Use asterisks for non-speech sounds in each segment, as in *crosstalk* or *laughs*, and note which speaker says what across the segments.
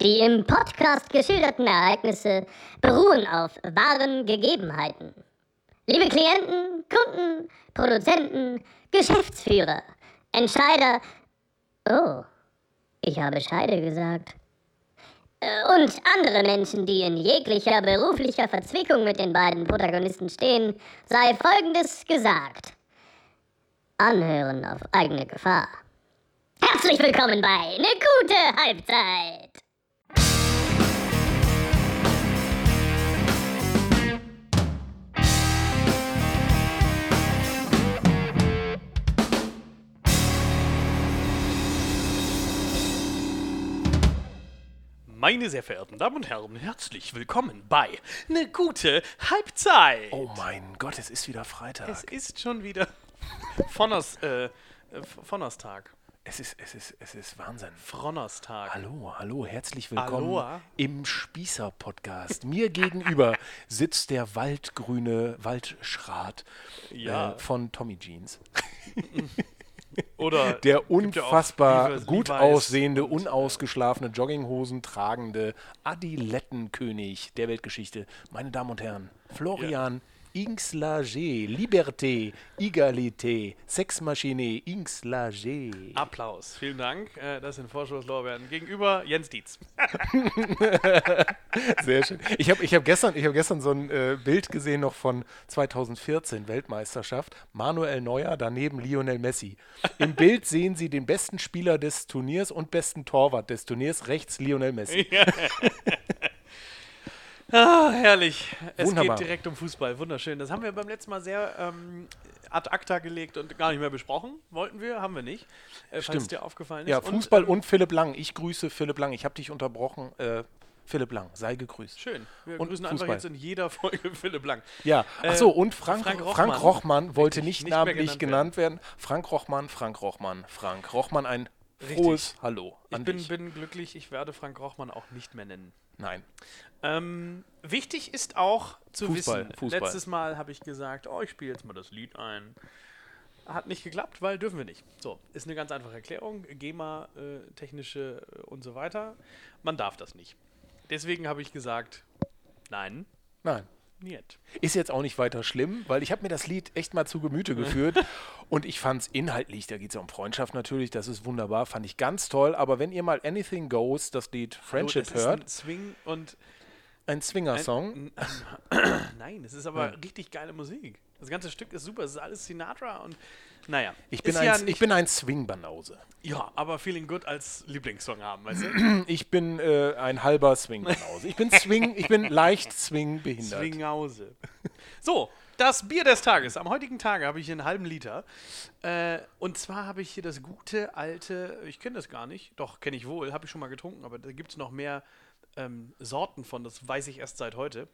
Speaker 1: Die im Podcast geschilderten Ereignisse beruhen auf wahren Gegebenheiten. Liebe Klienten, Kunden, Produzenten, Geschäftsführer, Entscheider. Oh, ich habe Scheide gesagt. Äh, Und andere Menschen, die in jeglicher beruflicher Verzwickung mit den beiden Protagonisten stehen, sei Folgendes gesagt. Anhören auf eigene Gefahr. Herzlich willkommen bei Eine gute Halbzeit.
Speaker 2: Meine sehr verehrten Damen und Herren, herzlich willkommen bei Ne gute Halbzeit.
Speaker 3: Oh mein Gott, es ist wieder Freitag.
Speaker 2: es
Speaker 3: Es,
Speaker 2: ist schon wieder *laughs* Fonners, äh, Fonnerstag.
Speaker 3: ist, es ist, es ist Wahnsinn.
Speaker 2: Fronnerstag.
Speaker 3: Hallo, hallo, herzlich willkommen
Speaker 2: Aloha.
Speaker 3: im Spießer-Podcast. Mir gegenüber sitzt der waldgrüne Waldschrat
Speaker 2: Ja.
Speaker 3: äh, von Tommy Jeans.
Speaker 2: Oder
Speaker 3: *laughs* Der
Speaker 2: gibt ja auch
Speaker 3: unfassbar
Speaker 2: Levi's-
Speaker 3: gut
Speaker 2: Levi's
Speaker 3: aussehende,
Speaker 2: und, äh,
Speaker 3: unausgeschlafene, Jogginghosen tragende Adilettenkönig der Weltgeschichte. Meine Damen und Herren, Florian Inx Lager, Liberté, Egalité, Sexmaschine, Inx Lager.
Speaker 2: Applaus. Vielen Dank. Äh, das sind Vorschusslorbeeren. Gegenüber Jens Dietz.
Speaker 3: Sehr schön. Ich habe ich hab gestern, ich hab gestern so ein äh, Bild gesehen noch von 2014 Weltmeisterschaft. Manuel Neuer, daneben Lionel Messi. Im Bild sehen Sie den besten Spieler des Turniers und besten Torwart des Turniers. Rechts Lionel Messi.
Speaker 2: Ah, herrlich. Es
Speaker 3: Wunderbar.
Speaker 2: geht direkt um Fußball. Wunderschön. Das haben wir beim letzten Mal sehr ähm, ad acta gelegt und gar nicht mehr besprochen. Wollten wir, haben wir nicht. Äh, falls
Speaker 3: Stimmt.
Speaker 2: dir aufgefallen ist.
Speaker 3: Ja,
Speaker 2: Und, äh,
Speaker 3: Fußball und, Philipp Lang. Ich grüße Philipp Lang. Ich habe dich unterbrochen. Äh, Philipp Lang, sei gegrüßt.
Speaker 2: Schön. Wir
Speaker 3: Und
Speaker 2: grüßen einfach
Speaker 3: Fußball.
Speaker 2: jetzt in jeder Folge *laughs* Philipp Lang.
Speaker 3: Ja,
Speaker 2: Äh,
Speaker 3: achso, und Frank,
Speaker 2: Frank
Speaker 3: Frank,
Speaker 2: Rochmann.
Speaker 3: Rochmann, wollte
Speaker 2: Richtig,
Speaker 3: nicht,
Speaker 2: nicht mehr genannt
Speaker 3: namentlich genannt werden. Frank Rochmann, Frank Rochmann, Frank Rochmann, ein
Speaker 2: Richtig.
Speaker 3: frohes Hallo an
Speaker 2: Ich bin,
Speaker 3: dich.
Speaker 2: bin glücklich, ich werde Frank Rochmann auch nicht mehr nennen.
Speaker 3: Nein.
Speaker 2: Ähm, wichtig ist auch zu
Speaker 3: Fußball,
Speaker 2: wissen,
Speaker 3: Fußball.
Speaker 2: letztes Mal habe ich gesagt, oh, ich spiele jetzt mal das Lied ein. Hat nicht geklappt, weil dürfen wir nicht. So, ist eine ganz einfache Erklärung. GEMA, äh, technische äh, und so weiter. Man darf das nicht. Deswegen habe ich gesagt, nein,
Speaker 3: Nein.
Speaker 2: nicht.
Speaker 3: Ist jetzt auch nicht weiter schlimm, weil ich habe mir das Lied echt mal zu
Speaker 2: *laughs*
Speaker 3: Gemüte geführt und ich fand es inhaltlich, da geht es ja um Freundschaft natürlich, das ist wunderbar, fand ich ganz toll, aber wenn ihr mal Anything Goes, das Lied Friendship
Speaker 2: es ist
Speaker 3: hört,
Speaker 2: ein Swing und
Speaker 3: ein Swinger-Song,
Speaker 2: Ein- Nein, es ist aber richtig geile Musik. Das ganze Stück ist super. Es ist alles Sinatra und naja.
Speaker 3: ich bin
Speaker 2: ist
Speaker 3: ein,
Speaker 2: ja
Speaker 3: ich
Speaker 2: nicht,
Speaker 3: bin ein Swing-Banause.
Speaker 2: ja, aber Feeling Good als Lieblingssong haben, weißt du?
Speaker 3: Ich bin äh, ein halber Swing-Banause. Ich bin Swing,
Speaker 2: *laughs*
Speaker 3: ich bin leicht Swing-behindert.
Speaker 2: Swinghause. So, das Bier des Tages. Am heutigen Tage habe ich hier einen halben Liter. Äh, und zwar habe ich hier das gute alte, ich kenne das gar nicht, doch kenne ich wohl, habe ich schon mal getrunken, aber da gibt es noch mehr ähm, Sorten von, das weiß ich erst seit heute.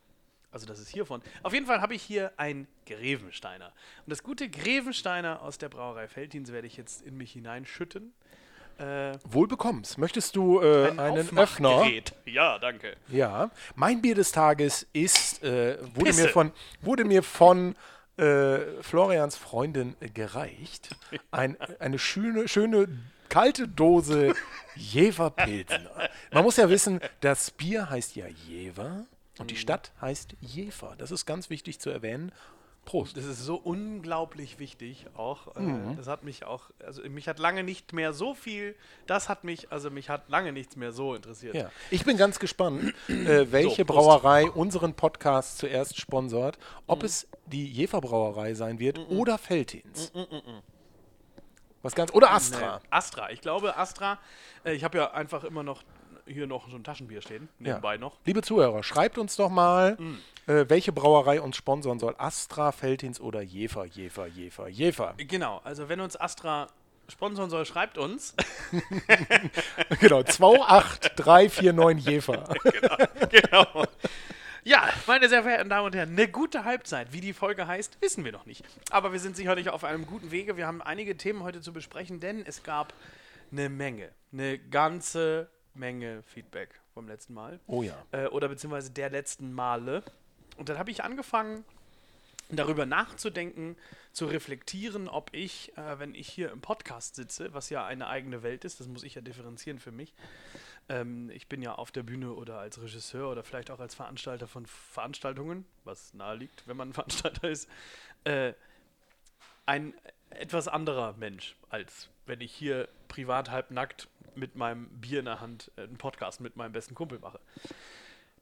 Speaker 2: Also das ist hiervon. Auf jeden Fall habe ich hier ein Grevensteiner. Und das gute Grevensteiner aus der Brauerei Veltins werde ich jetzt in mich hineinschütten. Äh,
Speaker 3: Wohl bekommst. Möchtest du äh, einen Öffner?
Speaker 2: Aufmachgerät. Ja, danke.
Speaker 3: Ja, mein Bier des Tages ist, äh, wurde,
Speaker 2: Pisse.
Speaker 3: mir von, wurde mir von äh, Florians Freundin äh, gereicht. Ein, eine schöne, schöne kalte Dose Jever Pilsener. Man muss ja wissen, das Bier heißt ja Jever und die Stadt heißt Jever. Das ist ganz wichtig zu erwähnen. Prost.
Speaker 2: Das ist so unglaublich wichtig auch. Äh,
Speaker 3: Mhm.
Speaker 2: Das hat mich auch, also mich hat lange nicht mehr so viel, das hat mich, also mich hat lange nichts mehr so interessiert.
Speaker 3: Ja. Ich bin ganz gespannt,
Speaker 2: *clears throat*
Speaker 3: äh, welche
Speaker 2: Prost. Mhm.
Speaker 3: Brauerei unseren Podcast zuerst sponsort. Ob es die Jever Brauerei sein wird oder Veltins. Was ganz oder Astra.
Speaker 2: Mhm, Nee, Äh, Astra, ich glaube Astra, äh, ich habe ja einfach immer noch hier noch so ein Taschenbier stehen, nebenbei
Speaker 3: ja.
Speaker 2: noch. Mhm.
Speaker 3: Liebe Zuhörer, schreibt uns doch mal, äh, welche Brauerei uns sponsoren soll. Astra, Veltins oder Jever, Jever, Jever, Jever. *laughs*
Speaker 2: Genau, also wenn uns Astra sponsoren soll, schreibt uns.
Speaker 3: genau, 28349 Jever.
Speaker 2: genau. Ja, meine sehr verehrten Damen und Herren, eine gute Halbzeit. Wie die Folge heißt, wissen wir noch nicht. Aber wir sind sicherlich auf einem guten Wege. Wir haben einige Themen heute zu besprechen, denn es gab eine Menge, eine ganze Menge Feedback vom letzten Mal.
Speaker 3: Oh ja.
Speaker 2: Äh, oder beziehungsweise der letzten Male. Und dann habe ich angefangen, darüber nachzudenken, zu reflektieren, ob ich, äh, wenn ich hier im Podcast sitze, was ja eine eigene Welt ist, das muss ich ja differenzieren für mich, Ähm, ich bin ja auf der Bühne oder als Regisseur oder vielleicht auch als Veranstalter von Veranstaltungen, was nahe liegt, wenn man Veranstalter ist, äh, ein etwas anderer Mensch, als wenn ich hier privat halbnackt mit meinem Bier in der Hand äh, einen Podcast mit meinem besten Kumpel mache.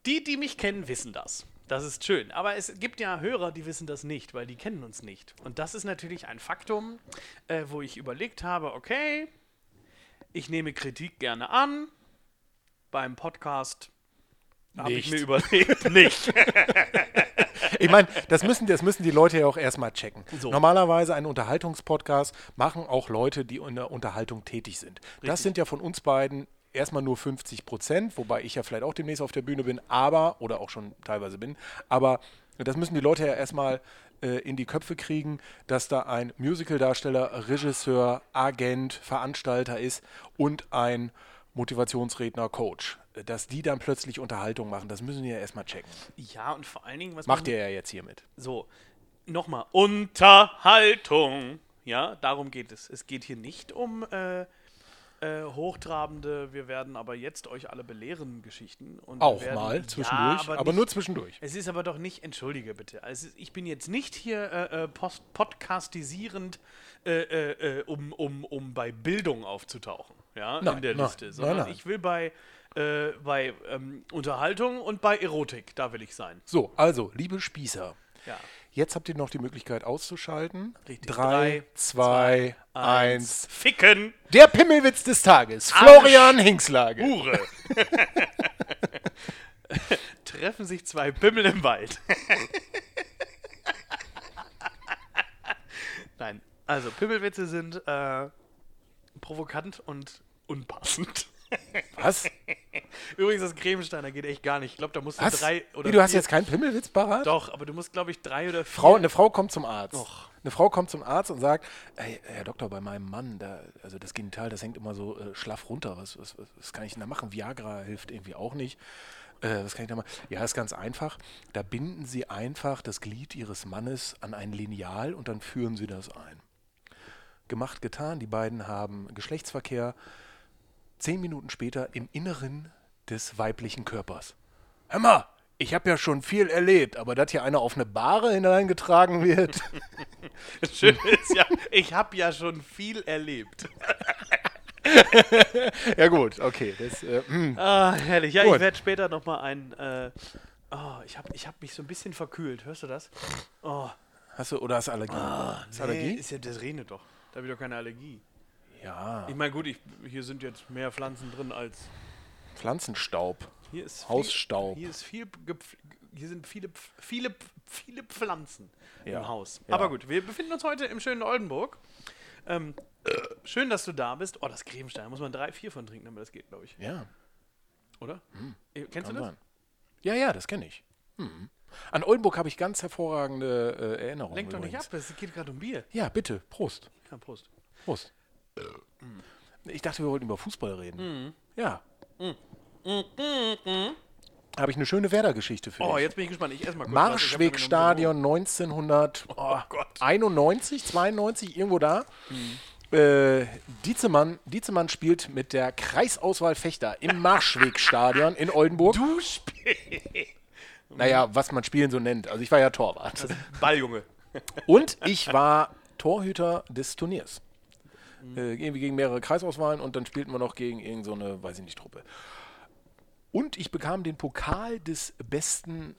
Speaker 2: Die, die mich kennen, wissen das. Das ist schön. Aber es gibt ja Hörer, die wissen das nicht, weil die kennen uns nicht. Und das ist natürlich ein Faktum, äh, wo ich überlegt habe, okay, ich nehme Kritik gerne an. Beim Podcast habe ich
Speaker 3: Nicht.
Speaker 2: mir überlegt, *laughs* nicht.
Speaker 3: Ich meine, das müssen, das müssen die Leute ja auch erstmal checken.
Speaker 2: So.
Speaker 3: Normalerweise einen Unterhaltungspodcast machen auch Leute, die in der Unterhaltung tätig sind. Das sind ja von uns beiden erstmal nur 50 Prozent, wobei ich ja vielleicht auch demnächst auf der Bühne bin, aber, oder auch schon teilweise bin, aber das müssen die Leute ja erstmal äh, in die Köpfe kriegen, dass da ein Musical-Darsteller, Regisseur, Agent, Veranstalter ist und ein Motivationsredner, Coach. Dass die dann plötzlich Unterhaltung machen, das müssen die ja erstmal checken.
Speaker 2: ja, und vor allen Dingen, was
Speaker 3: Macht
Speaker 2: man-
Speaker 3: ihr ja jetzt hiermit.
Speaker 2: So, nochmal. Unterhaltung. Ja, darum geht es. Es geht hier nicht um äh, äh, hochtrabende, wir werden aber jetzt euch alle belehren Geschichten. Und wir
Speaker 3: Auch
Speaker 2: werden,
Speaker 3: mal zwischendurch,
Speaker 2: Ja,
Speaker 3: aber,
Speaker 2: aber,
Speaker 3: nur
Speaker 2: nicht,
Speaker 3: zwischendurch.
Speaker 2: Es ist aber doch nicht, entschuldige bitte. Also ich bin jetzt nicht hier äh, äh, post podcastisierend, äh, äh, äh, um, um, um bei Bildung aufzutauchen. Ja, in
Speaker 3: Nein,
Speaker 2: der
Speaker 3: nein,
Speaker 2: Liste. Sondern
Speaker 3: nein, nein.
Speaker 2: ich will bei, äh, bei ähm, Unterhaltung und bei Erotik, da will ich sein.
Speaker 3: So, also, liebe Spießer,
Speaker 2: Ja.
Speaker 3: jetzt habt ihr noch die Möglichkeit auszuschalten.
Speaker 2: Richtig.
Speaker 3: Drei,
Speaker 2: Drei,
Speaker 3: zwei, eins.
Speaker 2: Ficken!
Speaker 3: Der Pimmelwitz des Tages. Florian Hingslage.
Speaker 2: Hure. *laughs* Treffen sich zwei Pimmel im Wald. *laughs* Nein, also Pimmelwitze sind äh, provokant und unpassend.
Speaker 3: Was?
Speaker 2: Übrigens, das Cremesteiner geht echt gar nicht. Ich glaube, da musst du
Speaker 3: Was?
Speaker 2: drei oder
Speaker 3: Wie, du hast
Speaker 2: vier-
Speaker 3: jetzt keinen Pimmelwitz parat?
Speaker 2: Doch, aber du musst, glaube ich, drei oder vier.
Speaker 3: Frau,
Speaker 2: *laughs*
Speaker 3: eine Frau kommt zum Arzt.
Speaker 2: Och.
Speaker 3: Eine Frau kommt zum Arzt und sagt, "Ey, Herr Doktor, bei meinem Mann, da, also das Genital, das hängt immer so äh, schlaff runter. Was, was, was, was kann ich denn da machen? Viagra hilft irgendwie auch nicht. Äh, was kann ich da machen? Ja, ist ganz einfach. Da binden Sie einfach das Glied Ihres Mannes an ein Lineal und dann führen Sie das ein. Gemacht, getan. Die beiden haben Geschlechtsverkehr. Zehn Minuten später im Inneren des weiblichen Körpers. Hör mal, ich habe ja schon viel erlebt, aber dass hier einer auf eine Bahre hineingetragen *laughs* wird.
Speaker 2: Schön ist ja, ich habe ja schon viel erlebt.
Speaker 3: ja gut, okay. Das, äh, mm.
Speaker 2: Ah, herrlich. Ja,
Speaker 3: Gut.
Speaker 2: ich werde später nochmal ein. Äh, oh, ich habe ich hab mich so ein bisschen verkühlt. Hörst du das? Oh,
Speaker 3: Hast du oder hast du Allergie? hast
Speaker 2: nee,
Speaker 3: du Allergie?
Speaker 2: ist ja das Rene doch. Da habe ich doch keine Allergie.
Speaker 3: Ja,
Speaker 2: Ich meine, gut, ich, hier sind jetzt mehr Pflanzen drin als.
Speaker 3: Pflanzenstaub.
Speaker 2: Hier ist
Speaker 3: Hausstaub.
Speaker 2: Viel, hier ist viel. gepf- Hier sind viele, Pf- viele, Pf- viele Pflanzen
Speaker 3: Ja.
Speaker 2: im Haus.
Speaker 3: Ja.
Speaker 2: Aber gut, wir befinden uns heute im schönen Oldenburg. Ähm, schön, dass du da bist. Oh, das Cremestein. Da muss man drei, vier von trinken, damit das geht, glaube ich.
Speaker 3: Ja, Hm.
Speaker 2: Oder? Eh, Kennst
Speaker 3: kann
Speaker 2: du das?
Speaker 3: sein. Ja, ja, das kenne ich. Hm. An Oldenburg habe ich ganz hervorragende äh, Erinnerungen.
Speaker 2: Lenk doch nicht
Speaker 3: übrigens.
Speaker 2: ab, es geht gerade um Bier.
Speaker 3: Ja, bitte, Prost.
Speaker 2: Ja, Prost.
Speaker 3: Prost. hm. Ich dachte, wir wollten über Fußball reden. Ja. Hm, Habe ich eine schöne Werder-Geschichte für
Speaker 2: Oh,
Speaker 3: dich.
Speaker 2: jetzt bin ich gespannt. Ich esse mal kurz. was. Ich hab
Speaker 3: Marschwegstadion 1991, 92, irgendwo da. Äh, Dietzemann, Dietzemann spielt mit der Kreisauswahl Fechter im Marschwegstadion in Oldenburg.
Speaker 2: nämlich irgendwo- Du spielst.
Speaker 3: Naja, was man spielen so nennt. Also ich war ja Torwart.
Speaker 2: Balljunge.
Speaker 3: Und ich war Torhüter des Turniers. Äh, irgendwie gegen mehrere Kreisauswahlen und dann spielten wir noch gegen irgendeine, so eine, weiß ich nicht, Truppe. Und ich bekam den Pokal des besten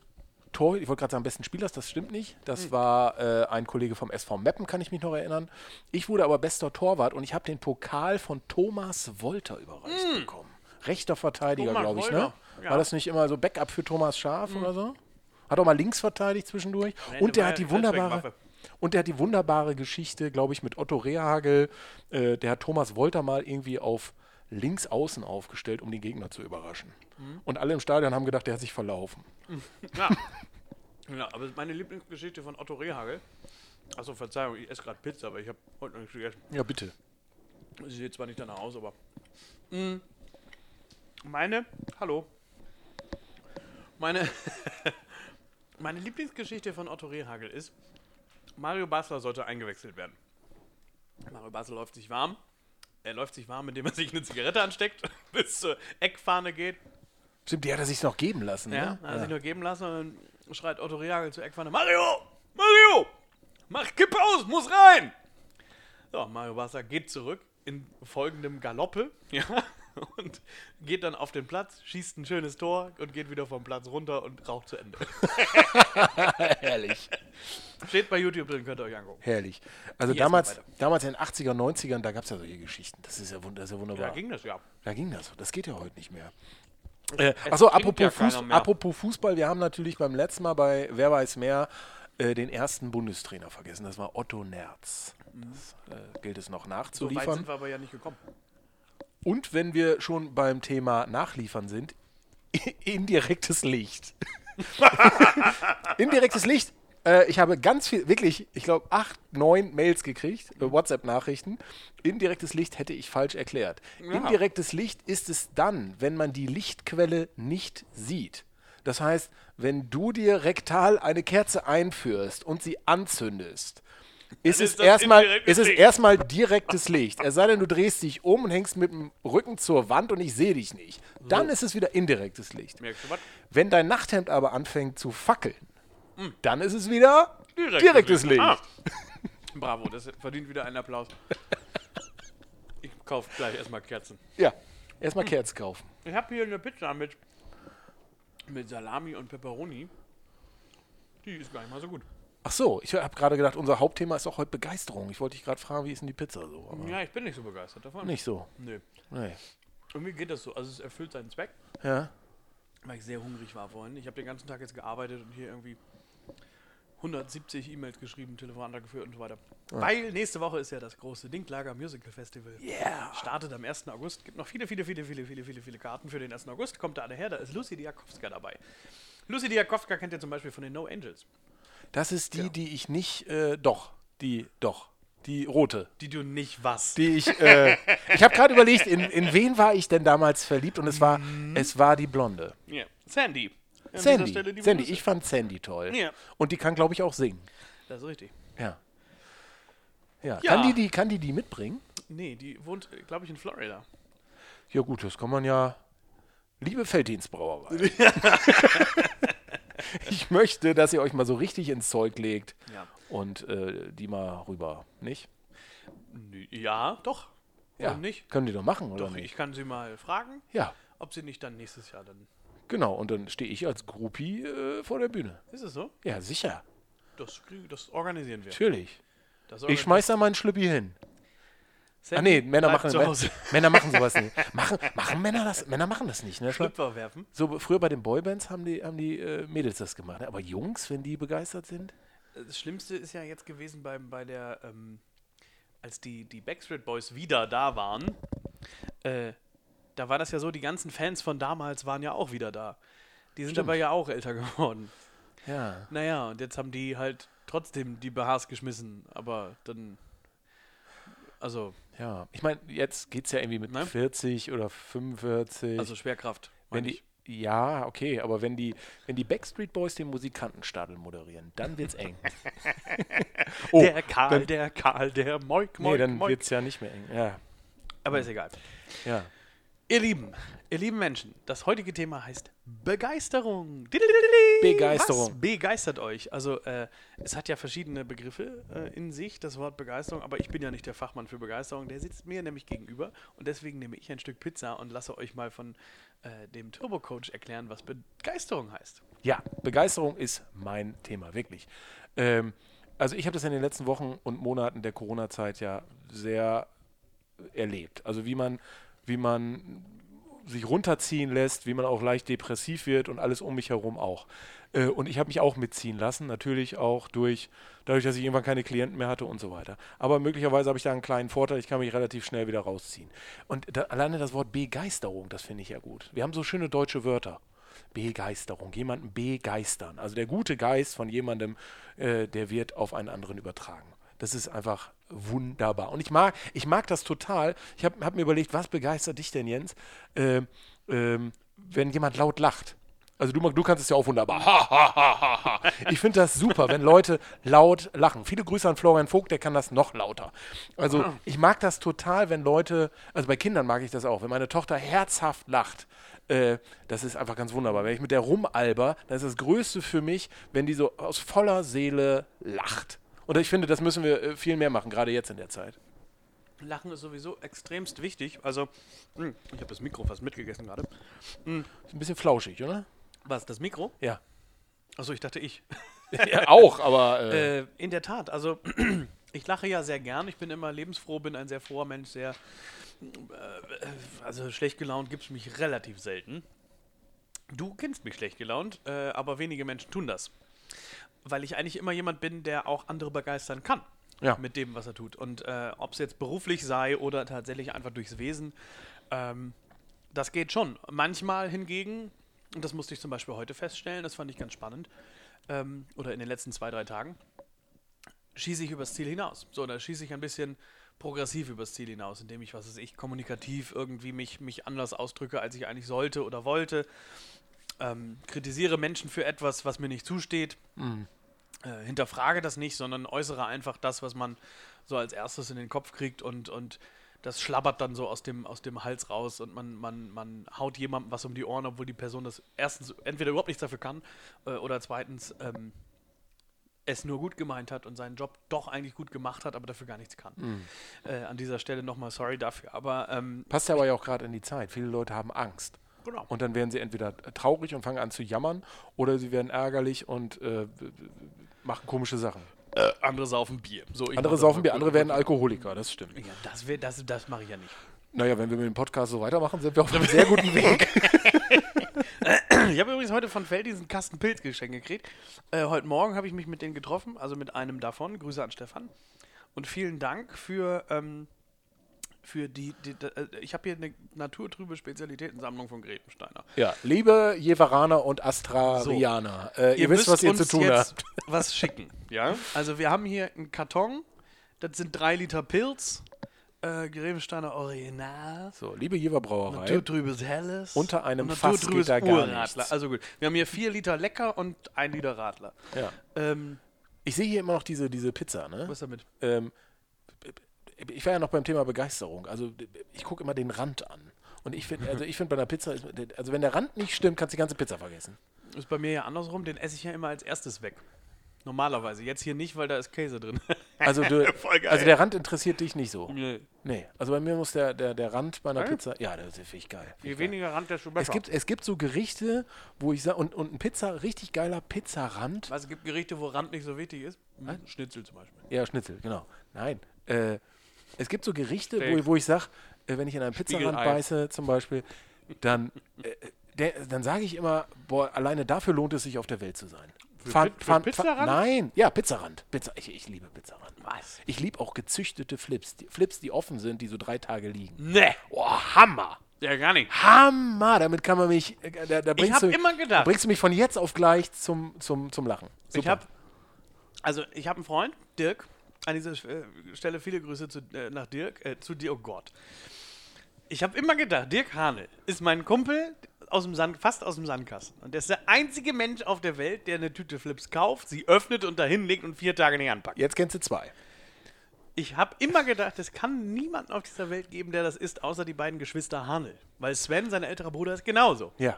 Speaker 3: Tor, ich wollte gerade sagen besten Spielers, das stimmt nicht. Das
Speaker 2: Hm.
Speaker 3: war äh, ein Kollege vom SV Meppen, kann ich mich noch erinnern. Ich wurde aber bester Torwart und ich habe den Pokal von Thomas Wolter überreicht bekommen. Rechter Verteidiger,
Speaker 2: Hm. Thomas
Speaker 3: glaube ich, ne?
Speaker 2: Wolter, ja. Hm.
Speaker 3: War das nicht immer so Backup für Thomas Schaf oder so? Hat auch mal links verteidigt zwischendurch.
Speaker 2: Nein,
Speaker 3: Und
Speaker 2: der
Speaker 3: der
Speaker 2: war
Speaker 3: hat
Speaker 2: ja
Speaker 3: die
Speaker 2: eine
Speaker 3: wunderbare.
Speaker 2: Allzweckwaffe.
Speaker 3: Und der hat die wunderbare Geschichte, glaube ich, mit Otto Rehagel. Äh, der hat Thomas Wolter mal irgendwie auf links außen aufgestellt, um den Gegner zu überraschen.
Speaker 2: Mhm.
Speaker 3: Und alle im Stadion haben gedacht, der hat sich verlaufen.
Speaker 2: Ja. *laughs* ja, aber meine Lieblingsgeschichte von Otto Rehagel. Achso, Verzeihung, ich esse gerade Pizza, aber ich habe heute noch nichts gegessen.
Speaker 3: Ja, bitte.
Speaker 2: Sie sieht zwar nicht danach aus, aber. Mm. Meine. Hallo. Meine. *laughs* meine Lieblingsgeschichte von Otto Rehagel ist: Mario Basler sollte eingewechselt werden. Mario Basler läuft sich warm. Er läuft sich warm, indem er sich eine Zigarette ansteckt. *laughs* bis zur Eckfahne geht.
Speaker 3: Stimmt, die hat er sich noch geben lassen.
Speaker 2: Ja,
Speaker 3: ne?
Speaker 2: hat sich nur geben lassen und dann schreit Otto Reagel zur Eckpfanne: Mario! Mario! Mach Kippe aus, muss rein! So, Mario Barca geht zurück in folgendem Galoppe, ja, *laughs* und geht dann auf den Platz, schießt ein schönes Tor und geht wieder vom Platz runter und raucht zu
Speaker 3: *laughs*
Speaker 2: Ende.
Speaker 3: Herrlich.
Speaker 2: Steht bei YouTube drin, könnt ihr euch angucken.
Speaker 3: *laughs* Herrlich. Also
Speaker 2: Hier
Speaker 3: damals,
Speaker 2: erstmal
Speaker 3: damals in den 80er, 90ern, da gab es ja solche Geschichten. Das ist ja, wund das ist ja wunderbar.
Speaker 2: Da ging das ja.
Speaker 3: Da ging das. Das geht ja heute nicht mehr. Äh, achso,
Speaker 2: trinkt
Speaker 3: apropos,
Speaker 2: ja
Speaker 3: Fuß,
Speaker 2: keiner mehr.
Speaker 3: apropos Fußball, wir haben natürlich beim letzten Mal bei Wer weiß mehr äh, den ersten Bundestrainer vergessen. Das war Otto Nerz. Das äh, gilt es noch
Speaker 2: Mhm. So weit
Speaker 3: nachzuliefern.
Speaker 2: sind wir aber ja nicht gekommen.
Speaker 3: Und wenn wir schon beim Thema Nachliefern sind, *laughs* indirektes Licht. *laughs* indirektes Licht. Äh, ich habe ganz viel, wirklich, ich glaube, acht, neun Mails gekriegt, äh, WhatsApp-Nachrichten. Indirektes Licht hätte ich falsch erklärt. Indirektes Licht ist es dann, wenn man die Lichtquelle nicht sieht. Das heißt, wenn du dir rektal eine Kerze einführst und sie anzündest, ist es
Speaker 2: ist das
Speaker 3: erstmal
Speaker 2: indirektes
Speaker 3: ist es
Speaker 2: Licht.
Speaker 3: erstmal direktes Licht. Es sei denn, du drehst dich um und hängst mit dem Rücken zur Wand und ich sehe dich nicht. Dann ist es wieder indirektes Licht.
Speaker 2: Merkst du was?
Speaker 3: Wenn dein Nachthemd aber anfängt zu fackeln, dann ist es wieder direktes, Licht.
Speaker 2: Ah.
Speaker 3: *laughs*
Speaker 2: Bravo, das verdient wieder einen Applaus. Ich kaufe gleich erstmal Kerzen.
Speaker 3: Ja, erstmal Kerzen kaufen.
Speaker 2: Ich habe hier eine Pizza mit, mit Salami und Pepperoni. Die ist gar nicht mal so gut.
Speaker 3: Ach so, ich habe gerade gedacht, unser Hauptthema ist auch heute Begeisterung. Ich wollte dich gerade fragen, wie ist denn die Pizza so? Aber
Speaker 2: Ja, ich bin nicht so begeistert davon.
Speaker 3: nicht so.
Speaker 2: Nee.
Speaker 3: Nee.
Speaker 2: Irgendwie geht das so. Also es erfüllt seinen Zweck,
Speaker 3: Ja.
Speaker 2: weil ich sehr hungrig war vorhin. Ich habe den ganzen Tag jetzt gearbeitet und hier irgendwie 170 E-Mails geschrieben, Telefonate geführt und so weiter. Weil nächste Woche ist ja das große Dinklager Musical Festival.
Speaker 3: Yeah.
Speaker 2: Startet am 1. August. Gibt noch viele, viele, viele, viele, viele, viele, viele Karten für den 1. August. Kommt da alle her. Da ist Lucy Diakowska dabei. Lucy Diakowska kennt ihr zum Beispiel von den No Angels.
Speaker 3: Das ist die, die ich nicht, äh, doch, die, doch, die rote.
Speaker 2: Die du nicht was.
Speaker 3: die ich. Äh, ich habe gerade überlegt, in, in wen war ich denn damals verliebt? Und es war, es war die Blonde.
Speaker 2: Ja. Sandy. An Mhm. dieser
Speaker 3: Sandy.
Speaker 2: Stelle liebe
Speaker 3: Sandy,
Speaker 2: Grüße.
Speaker 3: ich fand Sandy toll.
Speaker 2: Ja.
Speaker 3: Und die kann, glaube ich, auch singen.
Speaker 2: Das ist richtig.
Speaker 3: Ja. Ja.
Speaker 2: Ja.
Speaker 3: Kann, die, die, kann die die mitbringen?
Speaker 2: Nee, die wohnt, glaube ich, in Florida.
Speaker 3: Ja, gut, das kann man ja. Liebe Felddienstbrauer. *laughs* ich möchte, dass ihr euch mal so richtig ins Zeug legt
Speaker 2: Ja.
Speaker 3: und äh, die mal rüber, nicht?
Speaker 2: Nö, Ja, doch. Warum nicht?
Speaker 3: Können die doch machen, oder
Speaker 2: Doch,
Speaker 3: nicht?
Speaker 2: ich kann sie mal fragen,
Speaker 3: Ja,
Speaker 2: ob sie nicht dann nächstes Jahr dann.
Speaker 3: genau. Und dann stehe ich als Groupie äh, vor der Bühne.
Speaker 2: Ist es so?
Speaker 3: Ja, sicher.
Speaker 2: Das, krieg- das organisieren wir.
Speaker 3: Natürlich.
Speaker 2: Das
Speaker 3: Ich schmeiß da meinen Schlüppi hin. Ah
Speaker 2: Sandy,
Speaker 3: nee, Männer
Speaker 2: bleib
Speaker 3: machen,
Speaker 2: zu
Speaker 3: *laughs*
Speaker 2: Hause.
Speaker 3: Männer machen sowas nicht. Machen, machen Männer das? Männer machen das nicht. Ne?
Speaker 2: Schlüpfer werfen.
Speaker 3: So früher bei den Boybands haben die, haben die äh, Mädels das gemacht. ne? Aber Jungs, wenn die begeistert sind,
Speaker 2: Das Schlimmste ist ja jetzt gewesen bei, bei der, ähm, als die, die Backstreet Boys wieder da waren, äh, da war das ja so, die ganzen Fans von damals waren ja auch wieder da. Die sind aber ja auch älter geworden.
Speaker 3: ja.
Speaker 2: Naja, und jetzt haben die halt trotzdem die BHs geschmissen, aber dann. Also,
Speaker 3: Ja. Ich meine, jetzt geht's ja irgendwie mit
Speaker 2: Nein.
Speaker 3: 40 oder 45.
Speaker 2: Ne? also Schwerkraft.
Speaker 3: wenn
Speaker 2: meine
Speaker 3: die,
Speaker 2: ich.
Speaker 3: ja, okay, aber wenn die, wenn die Backstreet Boys den Musikantenstadel moderieren, dann
Speaker 2: *laughs*
Speaker 3: wird's eng. oh,
Speaker 2: der Karl,
Speaker 3: dann-
Speaker 2: der Karl, der Moik, Moik,
Speaker 3: nee, dann
Speaker 2: Moik.
Speaker 3: wird's ja nicht mehr eng. Ja,
Speaker 2: Aber ist egal.
Speaker 3: ja.
Speaker 2: Ihr Lieben, ihr lieben Menschen, das heutige Thema heißt Begeisterung.
Speaker 3: Begeisterung.
Speaker 2: Was begeistert euch? Also, äh, es hat ja verschiedene Begriffe äh, in sich, das Wort Begeisterung, aber ich bin ja nicht der Fachmann für Begeisterung. Der sitzt mir nämlich gegenüber und deswegen nehme ich ein Stück Pizza und lasse euch mal von äh, dem Turbo-Coach erklären, was Begeisterung heißt.
Speaker 3: Ja, Begeisterung ist mein Thema, wirklich. Ähm, also ich habe das in den letzten Wochen und Monaten der Corona-Zeit ja sehr erlebt. Also wie man, wie man sich runterziehen lässt, wie man auch leicht depressiv wird und alles um mich herum auch. Äh, und ich habe mich auch mitziehen lassen, natürlich auch durch, dadurch, dass ich irgendwann keine Klienten mehr hatte und so weiter. Aber möglicherweise habe ich da einen kleinen Vorteil, ich kann mich relativ schnell wieder rausziehen. Und da, alleine das Wort Begeisterung, das finde ich ja gut. Wir haben so schöne deutsche Wörter. Begeisterung, jemanden begeistern. Also der gute Geist von jemandem, äh, der wird auf einen anderen übertragen. Das ist einfach wunderbar. Und ich mag, ich mag das total. Ich habe Äh, hab mir überlegt, was begeistert dich denn, Jens, ähm, ähm, wenn jemand laut lacht? Also du, Marc, du kannst es ja auch wunderbar. Ha, ha, ha, ha, ha. Ich finde das super, wenn Leute laut lachen. Viele Grüße an Florian Vogt, der kann das noch lauter. Also ich mag das total, wenn Leute, also bei Kindern mag ich das auch, wenn meine Tochter herzhaft lacht. Äh, das ist einfach ganz wunderbar. Wenn ich mit der rumalber, dann ist das Größte für mich, wenn die so aus voller Seele lacht. Und ich finde, das müssen wir äh, viel mehr machen, gerade jetzt in der Zeit.
Speaker 2: Lachen ist sowieso extremst wichtig. Also, mh, ich habe das Mikro fast mitgegessen gerade.
Speaker 3: Ist ein bisschen flauschig, oder?
Speaker 2: Was, das Mikro?
Speaker 3: Ja.
Speaker 2: Achso, ich dachte ich.
Speaker 3: ja auch, aber. Äh,
Speaker 2: Äh, in der Tat, also *clears throat* ich lache ja sehr gern. Ich bin immer lebensfroh, bin ein sehr froher Mensch, sehr. Äh, also schlecht gelaunt gibt es mich relativ selten. Du kennst mich schlecht gelaunt, äh, aber wenige Menschen tun das. Weil ich eigentlich immer jemand bin, der auch andere begeistern kann.
Speaker 3: Ja.
Speaker 2: Mit dem, was er tut. Und äh, ob es jetzt beruflich sei oder tatsächlich einfach durchs Wesen, ähm, das geht schon. Manchmal hingegen, und das musste ich zum Beispiel heute feststellen, das fand ich ganz spannend, ähm, oder in den letzten zwei, drei Tagen, schieße ich übers Ziel hinaus. So, da schieße ich ein bisschen progressiv übers Ziel hinaus, indem ich, was weiß ich, kommunikativ irgendwie mich, mich anders ausdrücke, als ich eigentlich sollte oder wollte. Ähm, kritisiere Menschen für etwas, was mir nicht zusteht.
Speaker 3: Mhm.
Speaker 2: Äh, hinterfrage das nicht, sondern äußere einfach das, was man so als erstes in den Kopf kriegt und, und das schlabbert dann so aus dem, aus dem Hals raus und man, man, man haut jemandem was um die Ohren, obwohl die Person das erstens entweder überhaupt nichts dafür kann äh, oder zweitens ähm, es nur gut gemeint hat und seinen Job doch eigentlich gut gemacht hat, aber dafür gar nichts kann.
Speaker 3: Mhm.
Speaker 2: Äh, an dieser Stelle nochmal sorry dafür, aber ähm,
Speaker 3: passt ja aber ja auch gerade in die Zeit. Viele Leute haben Angst.
Speaker 2: genau.
Speaker 3: Und dann werden sie entweder traurig und fangen an zu jammern oder sie werden ärgerlich und äh, machen komische Sachen.
Speaker 2: äh, andere saufen Bier. So, ich
Speaker 3: Andere
Speaker 2: mach das mal
Speaker 3: saufen Bier,
Speaker 2: kurz.
Speaker 3: andere werden Alkoholiker, das stimmt.
Speaker 2: Ja, das wär- das, das mache ich ja nicht.
Speaker 3: Naja, wenn wir mit dem Podcast so weitermachen, sind wir auf einem sehr guten Weg.
Speaker 2: Ich habe übrigens heute von Feld diesen Kasten Pilz geschenkt gekriegt. Äh, heute Morgen habe ich mich mit denen getroffen, also mit einem davon. Grüße an Stefan. Und vielen Dank für, ähm, für die. die, da- äh, ich habe hier eine naturtrübe Spezialitätensammlung von Gretensteiner.
Speaker 3: *laughs* Ja, liebe Jeveraner und Astrarianer, äh, ihr, wisst, was ihr zu tun habt.
Speaker 2: *laughs* was schicken. Ja? Also, wir haben hier einen Karton. Das sind drei Liter Pilz. Äh, Grevensteiner Original.
Speaker 3: So, liebe Jeverbrauerei,
Speaker 2: Naturtrübes Helles.
Speaker 3: Unter einem
Speaker 2: und
Speaker 3: Fass
Speaker 2: naturtrübes
Speaker 3: geht da gar
Speaker 2: Urradler.
Speaker 3: nichts.
Speaker 2: Also gut, wir haben hier vier Liter Lecker und ein Liter Radler.
Speaker 3: Ja.
Speaker 2: Ähm,
Speaker 3: ich sehe hier immer noch diese, diese Pizza, ne?
Speaker 2: was damit?
Speaker 3: ähm, ich war ja noch beim Thema Begeisterung. Also ich gucke immer den Rand an. Und ich finde, also ich finde bei einer Pizza, ist, also wenn der Rand nicht stimmt, kannst du die ganze Pizza vergessen.
Speaker 2: Ist bei mir ja andersrum, den esse ich ja immer als erstes weg. Normalerweise. Jetzt hier nicht, weil da ist Käse drin.
Speaker 3: *laughs* Also, du,
Speaker 2: *laughs* Voll geil.
Speaker 3: also der Rand interessiert dich nicht so.
Speaker 2: Nee.
Speaker 3: Nee, also bei mir muss der, der, der Rand bei einer
Speaker 2: Geil.
Speaker 3: Pizza, ja, das ist ich geil. Find
Speaker 2: Je
Speaker 3: ich geil.
Speaker 2: weniger Rand, desto besser.
Speaker 3: Es gibt, es gibt so Gerichte, wo ich sage, und, und ein Pizza, richtig geiler Pizzarand.
Speaker 2: Was, es gibt Gerichte, wo Rand nicht so wichtig ist. Hm, Schnitzel zum Beispiel.
Speaker 3: Ja, Schnitzel, genau. Nein. Äh, es gibt so Gerichte,
Speaker 2: Steak.
Speaker 3: wo, wo ich sage, äh, wenn ich in einen Pizzarand
Speaker 2: Spiegelei.
Speaker 3: beiße zum Beispiel, dann, äh, der, dann sage ich immer, boah, alleine dafür lohnt es sich, auf der Welt zu sein. Fa-
Speaker 2: Pi- für
Speaker 3: fa- fa-
Speaker 2: Pizzarand?
Speaker 3: Nein, ja, Pizzarand. Pizza, ich, ich liebe Pizzarand.
Speaker 2: Was?
Speaker 3: Ich liebe auch gezüchtete Flips. Die, Flips, die offen sind, die so drei Tage liegen.
Speaker 2: Nee,
Speaker 3: Oh, Hammer!
Speaker 2: ja gar nicht.
Speaker 3: Hammer! Damit kann man mich. äh, Da, da bringst
Speaker 2: hab
Speaker 3: du,
Speaker 2: immer gedacht-
Speaker 3: Da bringst du mich von jetzt auf gleich zum, zum, zum Lachen.
Speaker 2: Ich habe also ich habe einen Freund, Dirk. An dieser äh, Stelle viele Grüße zu, äh, nach Dirk, äh, zu dir, oh Gott. Ich habe immer gedacht, Dirk Hane ist mein Kumpel aus dem Sand, fast aus dem Sandkasten. Und der ist der einzige Mensch auf der Welt, der eine Tüte Flips kauft, sie öffnet und dahin legt und vier Tage nicht anpackt.
Speaker 3: Jetzt kennst du zwei.
Speaker 2: Ich habe immer gedacht, es kann niemanden auf dieser Welt geben, der das isst, außer die beiden Geschwister Hane. Weil Sven, sein älterer Bruder, ist genauso.
Speaker 3: Ja.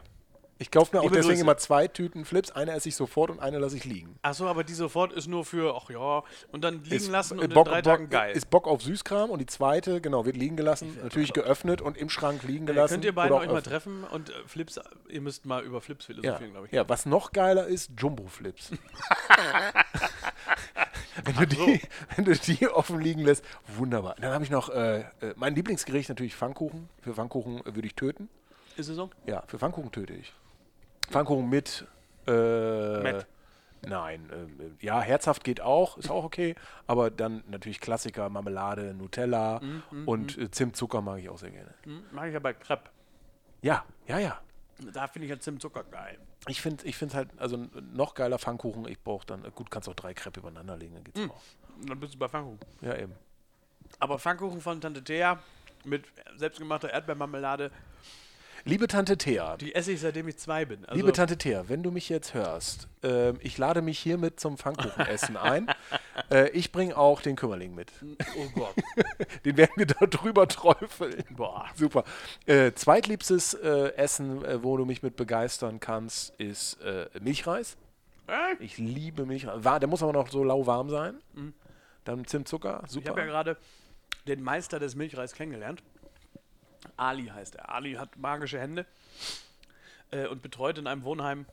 Speaker 3: Ich kaufe mir auch
Speaker 2: Liebe
Speaker 3: deswegen
Speaker 2: Grüße.
Speaker 3: immer zwei Tüten Flips. Eine esse ich sofort und eine lasse ich liegen.
Speaker 2: Achso, aber die sofort ist nur für, ach ja, und dann liegen
Speaker 3: Ist äh,
Speaker 2: lassen und in
Speaker 3: Bock-
Speaker 2: drei
Speaker 3: Bock-
Speaker 2: Tagen geil.
Speaker 3: Ist Bock auf Süßkram und die zweite, genau, wird liegen gelassen. Natürlich geöffnet und im Schrank liegen gelassen.
Speaker 2: Könnt ihr beide
Speaker 3: oder
Speaker 2: euch
Speaker 3: auch
Speaker 2: mal
Speaker 3: öffnen.
Speaker 2: treffen und äh, Flips, ihr müsst mal über Flips
Speaker 3: Ja.
Speaker 2: philosophieren, glaube ich.
Speaker 3: ja, was noch geiler ist,
Speaker 2: *laughs*
Speaker 3: Jumbo-Flips. wenn, du die, wenn du die offen liegen lässt, wunderbar. Dann habe ich noch, äh, äh, mein Lieblingsgericht natürlich Pfannkuchen. Für Pfannkuchen äh, würde ich töten.
Speaker 2: Ist es so?
Speaker 3: Ja, für Pfannkuchen töte ich. Pfannkuchen mit. Äh,
Speaker 2: Met.
Speaker 3: Nein, ähm, ja, herzhaft geht auch, ist auch okay, aber dann natürlich Klassiker, Marmelade, Nutella
Speaker 2: Mhm,
Speaker 3: und äh, Zimtzucker mag ich auch sehr gerne.
Speaker 2: Hm, Mach ich ja bei Crepe.
Speaker 3: Ja, ja, ja.
Speaker 2: Da finde ich ja Zimtzucker geil.
Speaker 3: Ich finde ich find halt, also n- noch geiler Pfannkuchen, ich brauche dann, äh, gut, kannst auch drei Crepe übereinander legen, dann geht's
Speaker 2: Mhm.
Speaker 3: auch.
Speaker 2: Dann bist du bei Pfannkuchen.
Speaker 3: Ja, eben.
Speaker 2: Aber Pfannkuchen von Tante Thea mit selbstgemachter Erdbeermarmelade.
Speaker 3: Liebe Tante Thea,
Speaker 2: Die esse ich seitdem ich zwei bin. Also,
Speaker 3: Liebe Tante Thea, wenn du mich jetzt hörst, ähm, ich lade mich hiermit zum
Speaker 2: *laughs*
Speaker 3: Pfannkuchenessen ein. Äh, ich bringe auch den Kümmerling mit.
Speaker 2: oh Gott.
Speaker 3: *laughs* Den werden wir da drüber träufeln. Boah, super. Äh, zweitliebstes äh, Essen, äh, wo du mich mit begeistern kannst, ist äh, Milchreis.
Speaker 2: Äh,
Speaker 3: Ich liebe Milchreis. War, der muss aber noch so lauwarm sein. Dann Zimtzucker,
Speaker 2: Mhm. Ich habe ja
Speaker 3: super.
Speaker 2: gerade den Meister des Milchreis kennengelernt. Ali heißt er. Ali hat magische Hände äh, und betreut in einem Wohnheim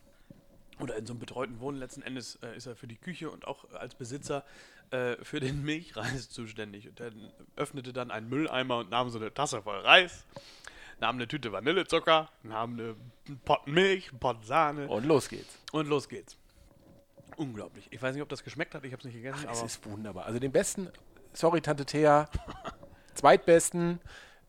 Speaker 2: oder in so einem betreuten Wohnen letzten Endes äh, ist er für die Küche und auch als Besitzer äh, für den *laughs* Milchreis zuständig. Und er öffnete dann einen Mülleimer und nahm so eine Tasse voll Reis, nahm eine Tüte Vanillezucker, nahm eine, einen Pott Milch, einen Pott Sahne
Speaker 3: Und los geht's.
Speaker 2: und los geht's. Unglaublich. Ich weiß nicht, ob das geschmeckt hat, ich habe es nicht gegessen,
Speaker 3: Es
Speaker 2: aber
Speaker 3: ist wunderbar. Also den besten, sorry
Speaker 2: *laughs*
Speaker 3: Tante Thea, zweitbesten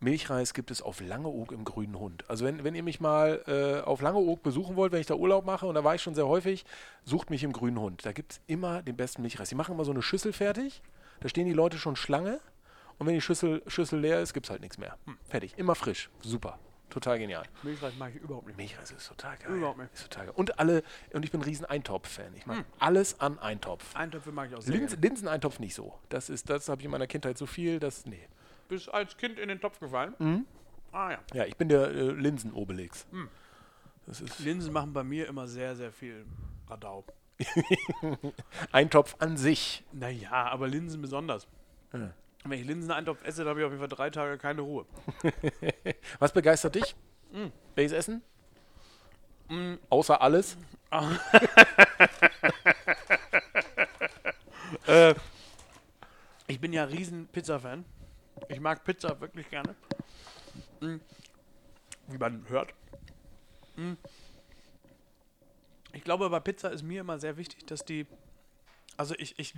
Speaker 3: Milchreis gibt es auf Langeoog im Grünen Hund. Also wenn, wenn ihr mich mal äh, auf Langeoog besuchen wollt, wenn ich da Urlaub mache, und da war ich schon sehr häufig, sucht mich im Grünen Hund. Da gibt es immer den besten Milchreis. Die machen immer so eine Schüssel fertig, da stehen die Leute schon Schlange und wenn die Schüssel, Schüssel leer ist, gibt es halt nichts mehr. Fertig, immer frisch, super, total genial.
Speaker 2: Milchreis mag ich überhaupt nicht.
Speaker 3: Milchreis ist total geil.
Speaker 2: Überhaupt nicht. Hm.
Speaker 3: Ist total geil. Und alle, und ich bin ein riesen Eintopf-Fan. Ich mag alles an Eintopf.
Speaker 2: Eintöpfe mag ich auch sehr.
Speaker 3: Linsen, Linseneintopf nicht so. Das ist, das habe ich in meiner Kindheit so viel, das, nee.
Speaker 2: Bist als Kind in den Topf gefallen? Ah ja.
Speaker 3: Ja, ich bin der äh, Linsenobelix. Das ist
Speaker 2: Linsen machen bei mir immer sehr, sehr viel Radau.
Speaker 3: Eintopf an sich. *laughs*
Speaker 2: Naja, aber Linsen besonders. Wenn ich Linseneintopf esse, dann habe ich auf jeden Fall drei Tage keine Ruhe.
Speaker 3: Was begeistert dich? Welches Essen? Außer alles?
Speaker 2: Ich bin ja riesen Pizza-Fan. Ich mag Pizza wirklich gerne. Mm. Wie man hört. Mm. Ich glaube, bei Pizza ist mir immer sehr wichtig, dass die. Also ich, ich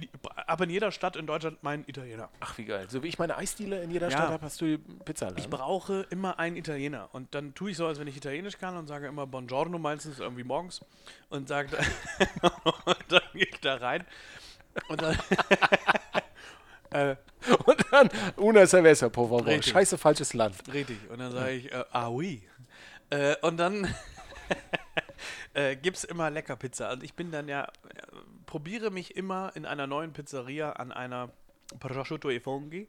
Speaker 2: habe in jeder Stadt in Deutschland meinen Italiener.
Speaker 3: Ach, wie geil. So wie ich meine Eisdiele in jeder
Speaker 2: Ja.
Speaker 3: Stadt habe, hast du Pizza.
Speaker 2: Ich brauche immer einen Italiener. Und dann tue ich so, als wenn ich Italienisch kann und sage immer Buongiorno meistens irgendwie morgens und sage da- und dann *laughs* gehe ich da rein. Und dann,
Speaker 3: *laughs*
Speaker 2: *laughs*
Speaker 3: Und dann una cerveza, por favor.
Speaker 2: Richtig.
Speaker 3: Scheiße, falsches Land.
Speaker 2: richtig. Und dann sage ich, äh, ah oui. Äh, und dann *laughs* äh, gibt es immer lecker Pizza. Und ich bin dann ja, äh, probiere mich immer in einer neuen Pizzeria an einer Prosciutto e Funghi,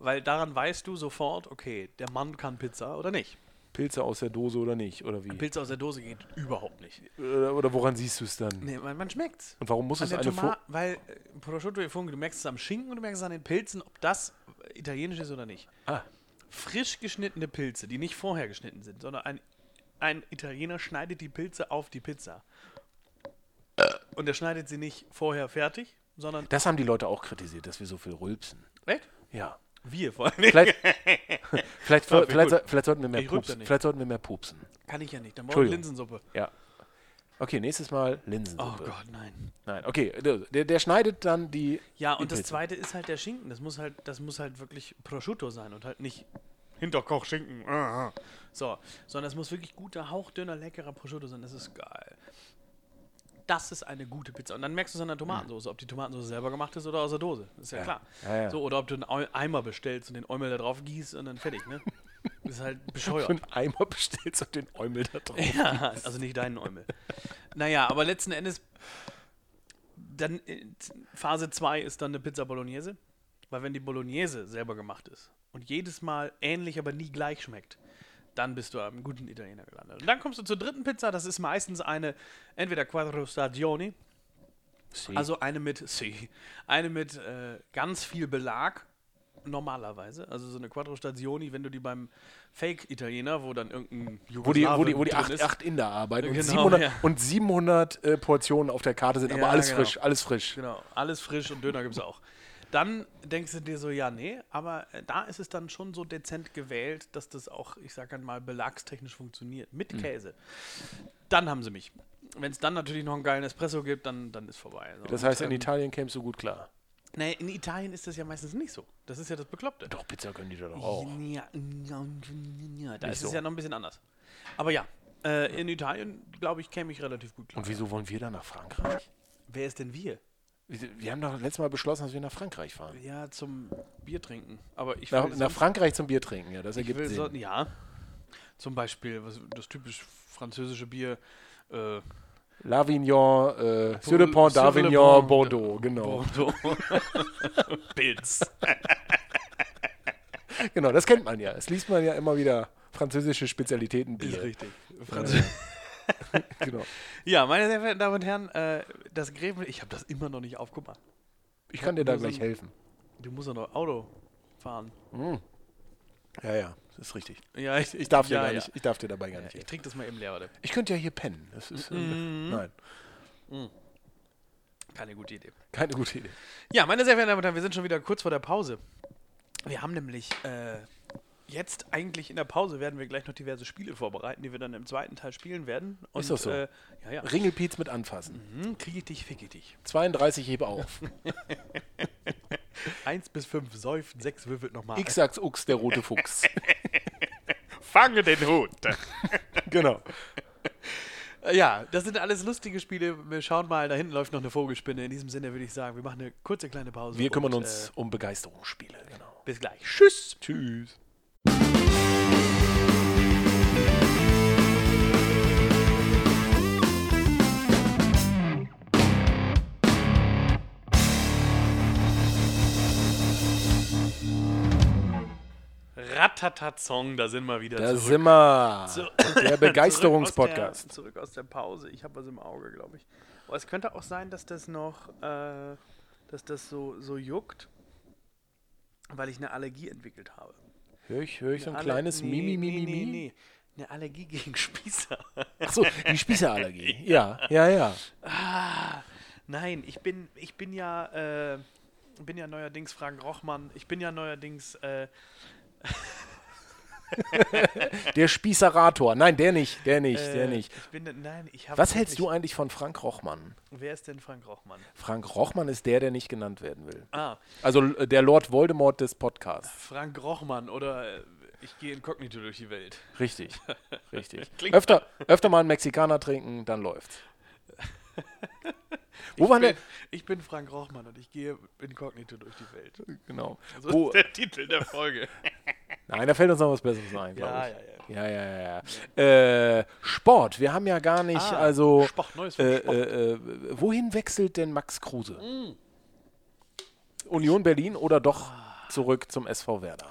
Speaker 2: weil daran weißt du sofort, okay, der Mann kann Pizza oder nicht.
Speaker 3: Pilze aus der Dose oder nicht? Oder wie?
Speaker 2: Pilze aus der Dose geht überhaupt nicht.
Speaker 3: Oder, äh, oder woran siehst du es dann?
Speaker 2: Nee, man, man schmeckt's.
Speaker 3: Und warum muss
Speaker 2: an
Speaker 3: es
Speaker 2: der
Speaker 3: eine
Speaker 2: Toma
Speaker 3: Fu-
Speaker 2: Weil äh, Prosciutto e Fungo, du merkst es am Schinken und du merkst es an den Pilzen, ob das italienisch ist oder nicht.
Speaker 3: Ah,
Speaker 2: Frisch geschnittene Pilze, die nicht vorher geschnitten sind, sondern ein, ein Italiener schneidet die Pilze auf die Pizza. Und er schneidet sie nicht vorher fertig, sondern.
Speaker 3: das haben die Leute auch kritisiert, dass wir so viel rülpsen.
Speaker 2: Echt?
Speaker 3: Ja.
Speaker 2: Wir vor allem. *laughs*
Speaker 3: Vielleicht, vielleicht,
Speaker 2: Ah, Okay,
Speaker 3: vielleicht,
Speaker 2: gut.
Speaker 3: so- vielleicht, sollten wir mehr
Speaker 2: Ich rülpse
Speaker 3: pupsen.
Speaker 2: nicht.
Speaker 3: vielleicht sollten wir mehr pupsen.
Speaker 2: Kann ich ja nicht. Dann brauche ich Linsensuppe.
Speaker 3: Ja. Okay, nächstes Mal
Speaker 2: Oh
Speaker 3: Linsensuppe.
Speaker 2: Gott, nein.
Speaker 3: Nein, okay, der, der schneidet dann die.
Speaker 2: Oh. Ja,
Speaker 3: die
Speaker 2: und das
Speaker 3: Pilze.
Speaker 2: zweite ist halt der Schinken. Das muss halt, das muss halt wirklich Prosciutto sein und halt nicht Hinterkoch Schinken. äh, äh. So, sondern es muss wirklich guter, hauchdünner, leckerer Prosciutto sein. Das ist geil. Das ist eine gute Pizza. Und dann merkst du es an der Tomatensoße, ob die Tomatensoße selber gemacht ist oder aus der Dose. Ist ja,
Speaker 3: Ja.
Speaker 2: klar.
Speaker 3: Ja, ja.
Speaker 2: So, oder ob du einen Eu- Eimer bestellst und den Eumel da drauf gießt und dann fertig, ne? Das ist halt
Speaker 3: So
Speaker 2: bescheuert.
Speaker 3: einen Eimer bestellst und den Eumel da drauf.
Speaker 2: *laughs* Ja, also nicht deinen Eumel. naja, aber letzten Endes, dann äh, Phase 2 ist dann eine Pizza Bolognese. Weil wenn die Bolognese selber gemacht ist und jedes Mal ähnlich, aber nie gleich schmeckt, dann bist du am guten Italiener gelandet. Und dann kommst du zur dritten Pizza, das ist meistens eine, entweder Quattro Stagioni, also eine mit, sì, eine mit äh, ganz viel Belag normalerweise. Also so eine Quattro Stagioni, wenn du die beim Fake-Italiener, wo dann irgendein
Speaker 3: wo die, wo die,
Speaker 2: Jugoslawe
Speaker 3: wo die
Speaker 2: drin
Speaker 3: acht,
Speaker 2: ist.
Speaker 3: acht Inder arbeiten und
Speaker 2: Genau,
Speaker 3: 700,
Speaker 2: ja.
Speaker 3: und 700 äh, Portionen auf der Karte sind, aber
Speaker 2: Ja,
Speaker 3: alles
Speaker 2: genau.
Speaker 3: frisch, alles frisch.
Speaker 2: Genau, alles frisch und Döner gibt es auch. Dann denkst du dir so, ja, nee, aber äh, da ist es dann schon so dezent gewählt, dass das auch, ich sag mal, belagstechnisch funktioniert. Mit
Speaker 3: Mhm.
Speaker 2: Käse. Dann haben sie mich. Wenn es dann natürlich noch einen geilen Espresso gibt, dann, dann ist vorbei. So.
Speaker 3: Das heißt,
Speaker 2: Und,
Speaker 3: in
Speaker 2: ähm,
Speaker 3: Italien kämst du gut klar.
Speaker 2: nee, in Italien ist das ja meistens nicht so. Das ist ja das Bekloppte.
Speaker 3: Doch, Pizza können die da doch auch.
Speaker 2: Ja, ja, ja, da
Speaker 3: Oh. Nicht
Speaker 2: ist es
Speaker 3: so.
Speaker 2: ja noch ein bisschen anders. Aber ja, äh, in Italien, glaube ich, käme ich relativ gut klar.
Speaker 3: Und wieso wollen wir dann nach Frankreich?
Speaker 2: Wer ist denn wir?
Speaker 3: Wir wir haben doch letztes Mal beschlossen, dass wir nach Frankreich fahren.
Speaker 2: Ja, zum Bier trinken. Aber ich
Speaker 3: Nach,
Speaker 2: will
Speaker 3: nach
Speaker 2: sonst-
Speaker 3: Frankreich zum Bier trinken, ja, das
Speaker 2: Ich
Speaker 3: ergibt
Speaker 2: will
Speaker 3: Sinn.
Speaker 2: so, ja. Zum Beispiel was, das typisch französische Bier. Äh,
Speaker 3: L'Avignon, äh, Sur
Speaker 2: Sur
Speaker 3: le
Speaker 2: le
Speaker 3: Pont d'Avignon,
Speaker 2: Pont,
Speaker 3: Bordeaux, genau.
Speaker 2: Bordeaux. Pilz.
Speaker 3: *laughs* Genau, das kennt man ja. Das liest man ja immer wieder. Französische Spezialitäten
Speaker 2: Ist
Speaker 3: Bier.
Speaker 2: richtig. Französisch.
Speaker 3: Genau.
Speaker 2: Ja, meine sehr verehrten Damen und Herren, äh, das Gräben, ich habe das immer noch nicht aufgemacht.
Speaker 3: Ich kann dir da
Speaker 2: nur so
Speaker 3: gleich
Speaker 2: ein-
Speaker 3: helfen.
Speaker 2: Du musst ja noch Auto fahren.
Speaker 3: Ja, ja, das ist richtig.
Speaker 2: Ja, ich,
Speaker 3: Ich darf, dir,
Speaker 2: ja,
Speaker 3: gar
Speaker 2: ja.
Speaker 3: Nicht, ich darf dir dabei gar nicht
Speaker 2: Ich
Speaker 3: helfen.
Speaker 2: trinke das mal eben leer, oder?
Speaker 3: Ich könnte ja hier pennen. Das ist, äh, Nein,
Speaker 2: Keine gute Idee.
Speaker 3: keine gute Idee.
Speaker 2: Ja, meine sehr verehrten Damen und Herren, wir sind schon wieder kurz vor der Pause. Wir haben nämlich äh, jetzt eigentlich in der Pause werden wir gleich noch diverse Spiele vorbereiten, die wir dann im zweiten Teil spielen werden. Und,
Speaker 3: das so?
Speaker 2: Äh, ja, ja.
Speaker 3: Ringelpiez mit anfassen.
Speaker 2: Hm, krieg ich dich, fick ich dich.
Speaker 3: 32 hebe *laughs* auf.
Speaker 2: Eins bis fünf säuft, sechs würfelt nochmal.
Speaker 3: Ich sag's Ux, der rote *laughs* Fuchs.
Speaker 2: fange den Hut.
Speaker 3: *laughs* genau.
Speaker 2: Ja, das sind alles lustige Spiele. Wir schauen mal, da hinten läuft noch eine Vogelspinne. In diesem Sinne würde ich sagen, wir machen eine kurze kleine Pause.
Speaker 3: Wir kümmern
Speaker 2: und,
Speaker 3: uns um Begeisterungsspiele. Genau.
Speaker 2: Äh, bis gleich. Tschüss.
Speaker 3: Tschüss.
Speaker 2: Ratatazong, da sind wir wieder
Speaker 3: Da
Speaker 2: zurück.
Speaker 3: sind wir. Der
Speaker 2: *laughs* Zurück
Speaker 3: Begeisterungspodcast.
Speaker 2: aus der- Zurück aus der Pause. Ich habe was im Auge, glaube ich. Aber es könnte auch sein, dass das noch, äh, dass das so, so juckt, weil ich eine Allergie entwickelt habe.
Speaker 3: Hör ich, hör ich so ein
Speaker 2: Alle-
Speaker 3: kleines
Speaker 2: nee,
Speaker 3: Mimi, Mimi,
Speaker 2: nee, nee,
Speaker 3: Mimi?
Speaker 2: nee. Eine Allergie gegen *laughs* Spießer.
Speaker 3: Achso,
Speaker 2: *laughs*
Speaker 3: die Spießeallergie. ja, ja, ja.
Speaker 2: Ah, Nein, ich bin, ich bin ja, äh, bin ja neuerdings Frank Rochmann. Ich bin ja neuerdings, äh,
Speaker 3: Der Spießerator. Nein, der nicht, der nicht, der
Speaker 2: äh,
Speaker 3: nicht.
Speaker 2: Ich bin, nein, ich habe.
Speaker 3: Was hältst du eigentlich von Frank Rochmann?
Speaker 2: Wer ist denn Frank Rochmann?
Speaker 3: Frank Rochmann ist der, der nicht genannt werden will.
Speaker 2: Ah,
Speaker 3: Also äh, der Lord Voldemort des Podcasts.
Speaker 2: Frank Rochmann oder äh, ich gehe inkognito durch die Welt. *laughs*
Speaker 3: Richtig, richtig.
Speaker 2: Klingt-
Speaker 3: Öfter, öfter mal einen Mexikaner trinken, dann
Speaker 2: *laughs*
Speaker 3: läuft's. Wo war
Speaker 2: Ich bin,
Speaker 3: der?
Speaker 2: ich bin Frank Rochmann und ich gehe inkognito durch die Welt.
Speaker 3: Genau.
Speaker 2: So
Speaker 3: Wo,
Speaker 2: ist der Titel der Folge.
Speaker 3: nein, da fällt uns noch was Besseres ein, glaube
Speaker 2: Ja,
Speaker 3: ich. Ja, ja, ja. ja. Äh, Sport. Wir haben ja gar nicht,
Speaker 2: Ah,
Speaker 3: also.
Speaker 2: Sport, neues von
Speaker 3: äh,
Speaker 2: Sport. Mm.
Speaker 3: äh, äh, wohin wechselt denn Max Kruse? Union Berlin oder doch
Speaker 2: Ah.
Speaker 3: zurück zum SV Werder?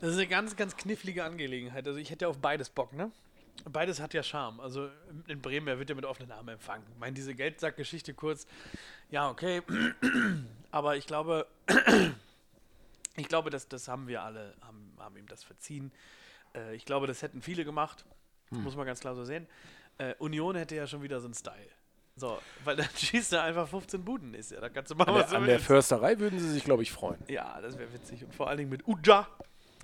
Speaker 2: Das ist eine ganz, ganz knifflige Angelegenheit. Also ich hätte auf beides Bock, ne? Beides hat ja Charme. Also in Bremen, er wird ja mit offenen Armen empfangen. Ich meine, diese Geldsackgeschichte kurz, ja, okay. *clears throat* Aber ich glaube, *clears throat* ich glaube, das, das haben wir alle, haben, haben ihm das verziehen. Äh, ich glaube, das hätten viele gemacht.
Speaker 3: Hm.
Speaker 2: Das muss man ganz klar so sehen. Äh, Union hätte ja schon wieder so einen Style. So, weil dann *laughs* schießt er einfach 15 Buden, ist ja. Da kannst du machen,
Speaker 3: An
Speaker 2: was
Speaker 3: der,
Speaker 2: du
Speaker 3: an der
Speaker 2: willst.
Speaker 3: Försterei würden sie sich, glaube ich, freuen.
Speaker 2: Ja, das wäre witzig. Und vor allen Dingen mit Uja,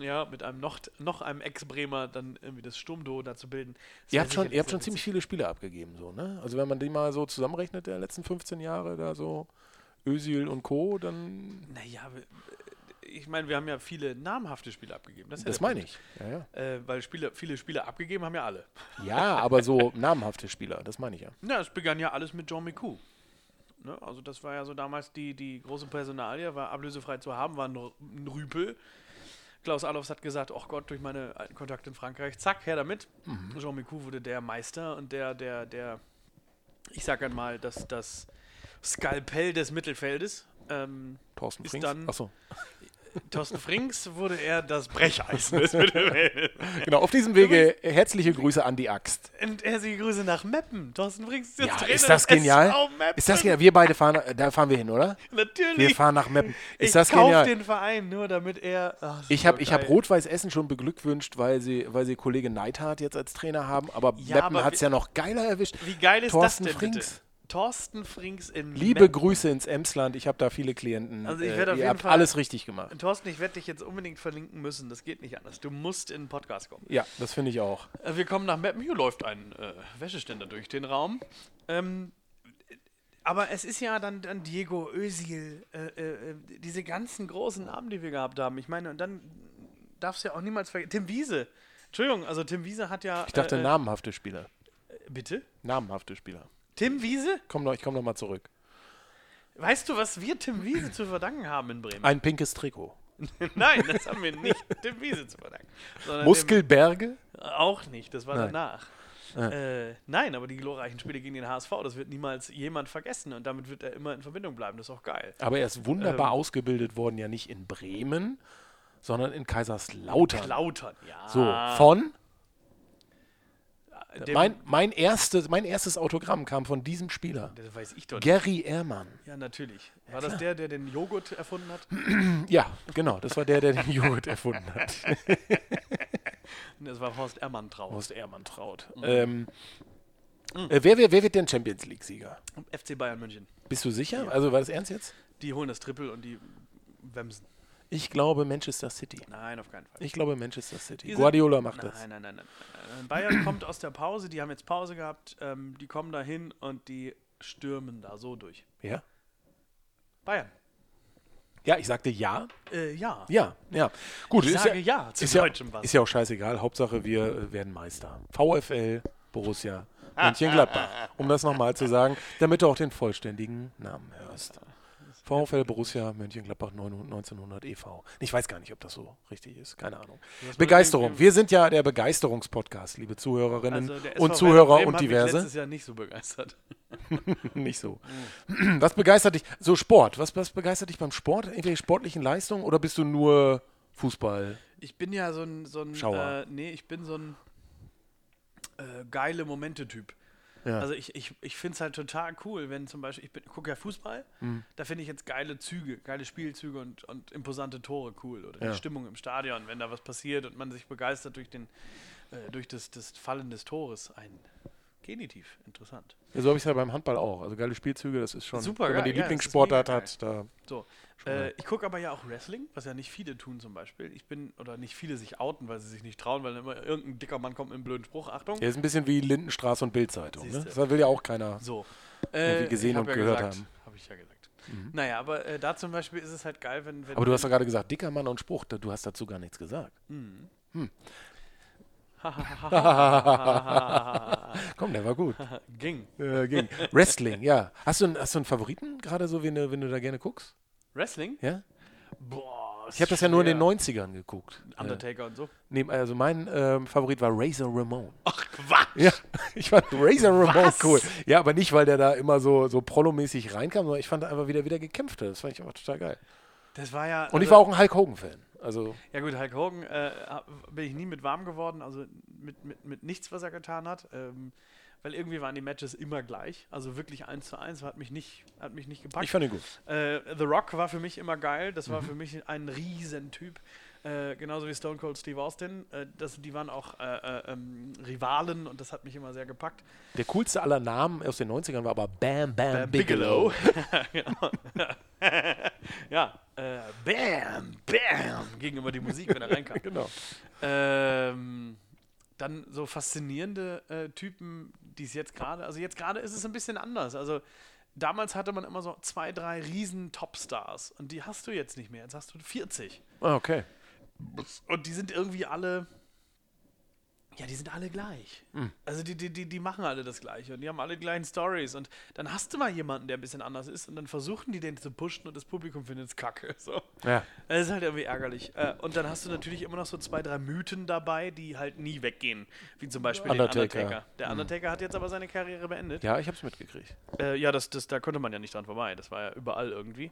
Speaker 2: ja, mit einem noch, noch einem Ex-Bremer, dann irgendwie das Sturmduo da zu bilden. Das
Speaker 3: Ihr
Speaker 2: wär
Speaker 3: habt schon,
Speaker 2: sicherlich
Speaker 3: ihr habt
Speaker 2: sehr
Speaker 3: schon ziemlich
Speaker 2: witzig.
Speaker 3: viele Spiele abgegeben, so, ne? Also wenn man die mal so zusammenrechnet der letzten 15 Jahre, da so Özil und Co., dann
Speaker 2: Naja, wir- ich meine, wir haben ja viele namhafte Spiele abgegeben. Das, ist ja
Speaker 3: das
Speaker 2: der
Speaker 3: meine
Speaker 2: Punkt.
Speaker 3: ich. Ja, ja.
Speaker 2: Äh, weil Spiele, viele Spiele abgegeben haben ja alle.
Speaker 3: ja, aber so *laughs* namenhafte Spieler, das meine ich ja.
Speaker 2: Na, es begann ja alles mit Jean Micou. Ne? Also das war ja so damals die, die große Personalie, war ablösefrei zu haben, war ein R- ein Rüpel. Klaus Alofs hat gesagt, oh Gott, durch meine alten Kontakte in Frankreich, zack, her damit.
Speaker 3: Mhm.
Speaker 2: Jean Micou wurde der Meister und der, der, der, ich sag einmal, das, das Skalpell des Mittelfeldes. Ähm,
Speaker 3: Thorsten
Speaker 2: Ist
Speaker 3: Frings.
Speaker 2: dann-
Speaker 3: Achso.
Speaker 2: Thorsten Frings wurde er das Brecheisen
Speaker 3: *laughs*
Speaker 2: des Mittelfeldes.
Speaker 3: Genau, auf diesem Wege herzliche Grüße an die Axt.
Speaker 2: Und herzliche Grüße nach Meppen. Thorsten Frings ist jetzt
Speaker 3: Ja,
Speaker 2: Trainer
Speaker 3: ist das
Speaker 2: des
Speaker 3: genial?
Speaker 2: SV Meppen.
Speaker 3: Ist das genial? Wir beide fahren, äh, da fahren wir hin, oder?
Speaker 2: Natürlich.
Speaker 3: Wir fahren nach Meppen. Ist
Speaker 2: ich
Speaker 3: das
Speaker 2: kauf
Speaker 3: genial?
Speaker 2: den Verein nur, damit er. Ach, das
Speaker 3: Ich
Speaker 2: ist
Speaker 3: habe
Speaker 2: so
Speaker 3: ich hab
Speaker 2: geil.
Speaker 3: Rot-Weiß Essen schon beglückwünscht, weil sie, weil sie Kollege Neidhardt jetzt als Trainer haben, aber
Speaker 2: Ja,
Speaker 3: Meppen
Speaker 2: aber
Speaker 3: hat es
Speaker 2: wie-
Speaker 3: ja noch geiler erwischt.
Speaker 2: Wie geil ist
Speaker 3: Thorsten
Speaker 2: das denn
Speaker 3: Frings.
Speaker 2: bitte? Thorsten Frings in
Speaker 3: Liebe
Speaker 2: Meppen.
Speaker 3: Grüße ins Emsland. Ich habe da viele Klienten.
Speaker 2: Also ich
Speaker 3: Äh,
Speaker 2: werd auf
Speaker 3: ihr
Speaker 2: jeden
Speaker 3: habt
Speaker 2: Fall-
Speaker 3: alles richtig gemacht.
Speaker 2: Thorsten, ich werde dich jetzt unbedingt verlinken müssen. Das geht nicht anders. Du musst in den Podcast kommen.
Speaker 3: Ja, das finde ich auch.
Speaker 2: Äh, Wir kommen nach Meppen. Hier läuft ein äh, Wäscheständer durch den Raum. Ähm, aber es ist ja dann, dann Diego Özil, äh, äh, äh, diese ganzen großen Namen, die wir gehabt haben. Ich meine, und dann darfst du ja auch niemals vergessen. Tim Wiese. Entschuldigung, also Tim Wiese hat ja.
Speaker 3: Ich dachte, ne-
Speaker 2: äh, äh,
Speaker 3: namenhafte Spieler.
Speaker 2: bitte?
Speaker 3: Namenhafte Spieler.
Speaker 2: Tim Wiese?
Speaker 3: Komm noch, ich komme nochmal zurück.
Speaker 2: Weißt du, was wir Tim Wiese zu verdanken haben in Bremen? *laughs*
Speaker 3: Ein pinkes Trikot.
Speaker 2: Nein, das haben wir nicht dem Wiese zu verdanken. sondern
Speaker 3: Muskelberge?
Speaker 2: Dem, auch nicht, das war
Speaker 3: Nein.
Speaker 2: danach. Äh, nein, aber die glorreichen Spiele gegen den HSV, das wird niemals jemand vergessen und damit wird er immer in Verbindung bleiben. Das ist auch geil.
Speaker 3: Aber er ist wunderbar ausgebildet worden, ja nicht in Bremen, sondern in Kaiserslautern.
Speaker 2: Lautern, ja.
Speaker 3: so, von
Speaker 2: Dem,
Speaker 3: mein, mein, erstes, mein erstes Autogramm kam von diesem Spieler.
Speaker 2: das weiß ich doch nicht.
Speaker 3: Gary Ehrmann.
Speaker 2: Ja, natürlich. War das der, der den Joghurt erfunden hat?
Speaker 3: Ja, genau, das war der, der den Joghurt erfunden *laughs* hat.
Speaker 2: Das war Horst Ermann drauf.
Speaker 3: Horst Ehrmann traut. Ähm, äh, wer, wer, wer wird denn Champions League-Sieger?
Speaker 2: FC Bayern München.
Speaker 3: Bist du sicher? Also war das ernst jetzt?
Speaker 2: Die holen das Triple und die wemsen.
Speaker 3: Ich glaube Manchester City.
Speaker 2: Nein, auf keinen Fall.
Speaker 3: Ich glaube Manchester City.
Speaker 2: Die sind-
Speaker 3: Guardiola macht
Speaker 2: nein,
Speaker 3: das.
Speaker 2: Nein, nein, nein, nein. nein. Bayern kommt aus der Pause, die haben jetzt Pause gehabt, ähm, die kommen da hin und die stürmen da so durch.
Speaker 3: Ja?
Speaker 2: Bayern.
Speaker 3: ja, ich sagte ja.
Speaker 2: Äh, ja.
Speaker 3: Ja, ja. Gut,
Speaker 2: Ich
Speaker 3: ist
Speaker 2: sage
Speaker 3: ja,
Speaker 2: ja, zu
Speaker 3: ist ja,
Speaker 2: deutschem Wasser.
Speaker 3: ist ja auch scheißegal. Hauptsache, wir äh, werden Meister. VfL, Borussia,
Speaker 2: Ah,
Speaker 3: Mönchengladbach. Um das nochmal zu sagen, damit du auch den vollständigen Namen hörst. VfL Borussia Mönchengladbach 1900 e.V. Ich weiß gar nicht, ob das so richtig ist. Keine Ahnung. Begeisterung. Wir sind ja der Begeisterungspodcast, liebe Zuhörerinnen
Speaker 2: Also der
Speaker 3: und
Speaker 2: SV
Speaker 3: Zuhörer
Speaker 2: Werder Bremen
Speaker 3: und
Speaker 2: hat mich
Speaker 3: diverse.
Speaker 2: letztes Jahr nicht so begeistert.
Speaker 3: Nicht so.
Speaker 2: Hm.
Speaker 3: Was begeistert dich? So Sport. Was, was begeistert dich beim Sport? Irgendwelche sportlichen Leistungen oder bist du nur Fußball?
Speaker 2: Ich bin ja so ein, so ein
Speaker 3: Schauer.
Speaker 2: äh, nee, ich bin so ein äh, geile Momente-Typ.
Speaker 3: Ja.
Speaker 2: Also ich, ich, ich finde es halt total cool, wenn zum Beispiel, ich gucke ja Fußball,
Speaker 3: Mhm.
Speaker 2: da finde ich jetzt geile Züge, geile Spielzüge und, und imposante Tore cool. Oder
Speaker 3: Ja.
Speaker 2: die Stimmung im Stadion, wenn da was passiert und man sich begeistert durch den, äh, durch das, das Fallen des Tores. Ein Genitiv, interessant.
Speaker 3: Ja, so habe ich es ja beim Handball auch. Also geile Spielzüge, das ist schon.
Speaker 2: Super
Speaker 3: wenn man
Speaker 2: geil,
Speaker 3: die
Speaker 2: ja,
Speaker 3: Lieblingssportart
Speaker 2: das
Speaker 3: hat,
Speaker 2: ist
Speaker 3: da.
Speaker 2: So, äh, ich gucke aber ja auch Wrestling, was ja nicht viele tun zum Beispiel. Ich bin, oder nicht viele sich outen, weil sie sich nicht trauen, weil immer irgendein dicker Mann kommt mit einem blöden Spruch, Achtung.
Speaker 3: Ja, ist ein bisschen wie Lindenstraße und Bildzeitung. Ne?
Speaker 2: Siehste.
Speaker 3: Das will ja auch keiner.
Speaker 2: So. Äh,
Speaker 3: Irgendwie gesehen
Speaker 2: ich hab
Speaker 3: und gehört
Speaker 2: gesagt,
Speaker 3: haben.
Speaker 2: Habe ich ja gesagt. Naja, aber äh, da zum Beispiel ist es halt geil, wenn. wenn
Speaker 3: Aber du hast ja gerade gesagt, dicker Mann und Spruch, da- du hast dazu gar nichts gesagt.
Speaker 2: Mhm.
Speaker 3: Hm.
Speaker 2: *laughs*
Speaker 3: Komm, der war gut.
Speaker 2: Ging.
Speaker 3: Äh, ging. Wrestling, ja. Hast du, einen- hast du einen Favoriten gerade so, wenn du, wenn du da gerne guckst?
Speaker 2: Wrestling?
Speaker 3: Ja?
Speaker 2: Boah.
Speaker 3: Ich habe das ja nur in den 90ern geguckt. Äh,
Speaker 2: Undertaker und so.
Speaker 3: nee, also mein ähm, Favorit war Razor Ramon.
Speaker 2: Ach, Quatsch!
Speaker 3: Ja, *laughs* ich fand Razor Ramon
Speaker 2: Was?
Speaker 3: cool. Ja, aber nicht, weil der da immer so, so prolomäßig reinkam, sondern ich fand einfach wieder wieder gekämpft. hat. Das fand ich einfach total geil.
Speaker 2: Das war ja.
Speaker 3: Und ich war
Speaker 2: also-
Speaker 3: auch ein Hulk Hogan-Fan. Also,
Speaker 2: Ja, gut, Hulk Hogan äh, hab- bin ich nie mit warm geworden, also mit, mit, mit nichts, was er getan hat. Ähm, weil irgendwie waren die Matches immer gleich. Also wirklich eins zu eins hat mich nicht, hat mich nicht gepackt.
Speaker 3: ich fand ihn gut.
Speaker 2: Äh, The Rock war für mich immer geil. Das war für mich ein Riesentyp. Äh, genauso wie Stone Cold Steve Austin. Äh, das, die waren auch äh, äh, ähm, Rivalen und das hat mich immer sehr gepackt.
Speaker 3: Der coolste aller Namen aus den 90ern war aber Bam Bam,
Speaker 2: Bam
Speaker 3: Bigelow.
Speaker 2: Äh, Bigelow. *laughs* Genau. *laughs* ja. Äh, bam, bam. Ging immer die Musik, wenn er reinkam.
Speaker 3: Genau.
Speaker 2: Ähm, dann so faszinierende äh, Typen, die es jetzt gerade, also jetzt gerade ist es ein bisschen anders. Also damals hatte man immer so zwei, drei riesen Topstars und die hast du jetzt nicht mehr. Jetzt hast du 40.
Speaker 3: Ah, okay.
Speaker 2: Und die sind irgendwie alle, ja, die sind alle gleich.
Speaker 3: Hm.
Speaker 2: Also die, die, die, die machen alle das Gleiche und die haben alle die gleichen Stories. Und dann hast du mal jemanden, der ein bisschen anders ist und dann versuchen die den zu pushen und das Publikum findet es kacke. So.
Speaker 3: Ja.
Speaker 2: Das ist halt irgendwie ärgerlich. Äh, Und dann hast du natürlich immer noch so zwei, drei Mythen dabei, die halt nie weggehen. Wie zum Beispiel
Speaker 3: Undertaker. Hm.
Speaker 2: den Undertaker. Der Undertaker hat jetzt aber seine Karriere beendet.
Speaker 3: Ja, ich hab's mitgekriegt.
Speaker 2: Äh, ja, das, das, da konnte man ja nicht dran vorbei. Das war ja überall irgendwie.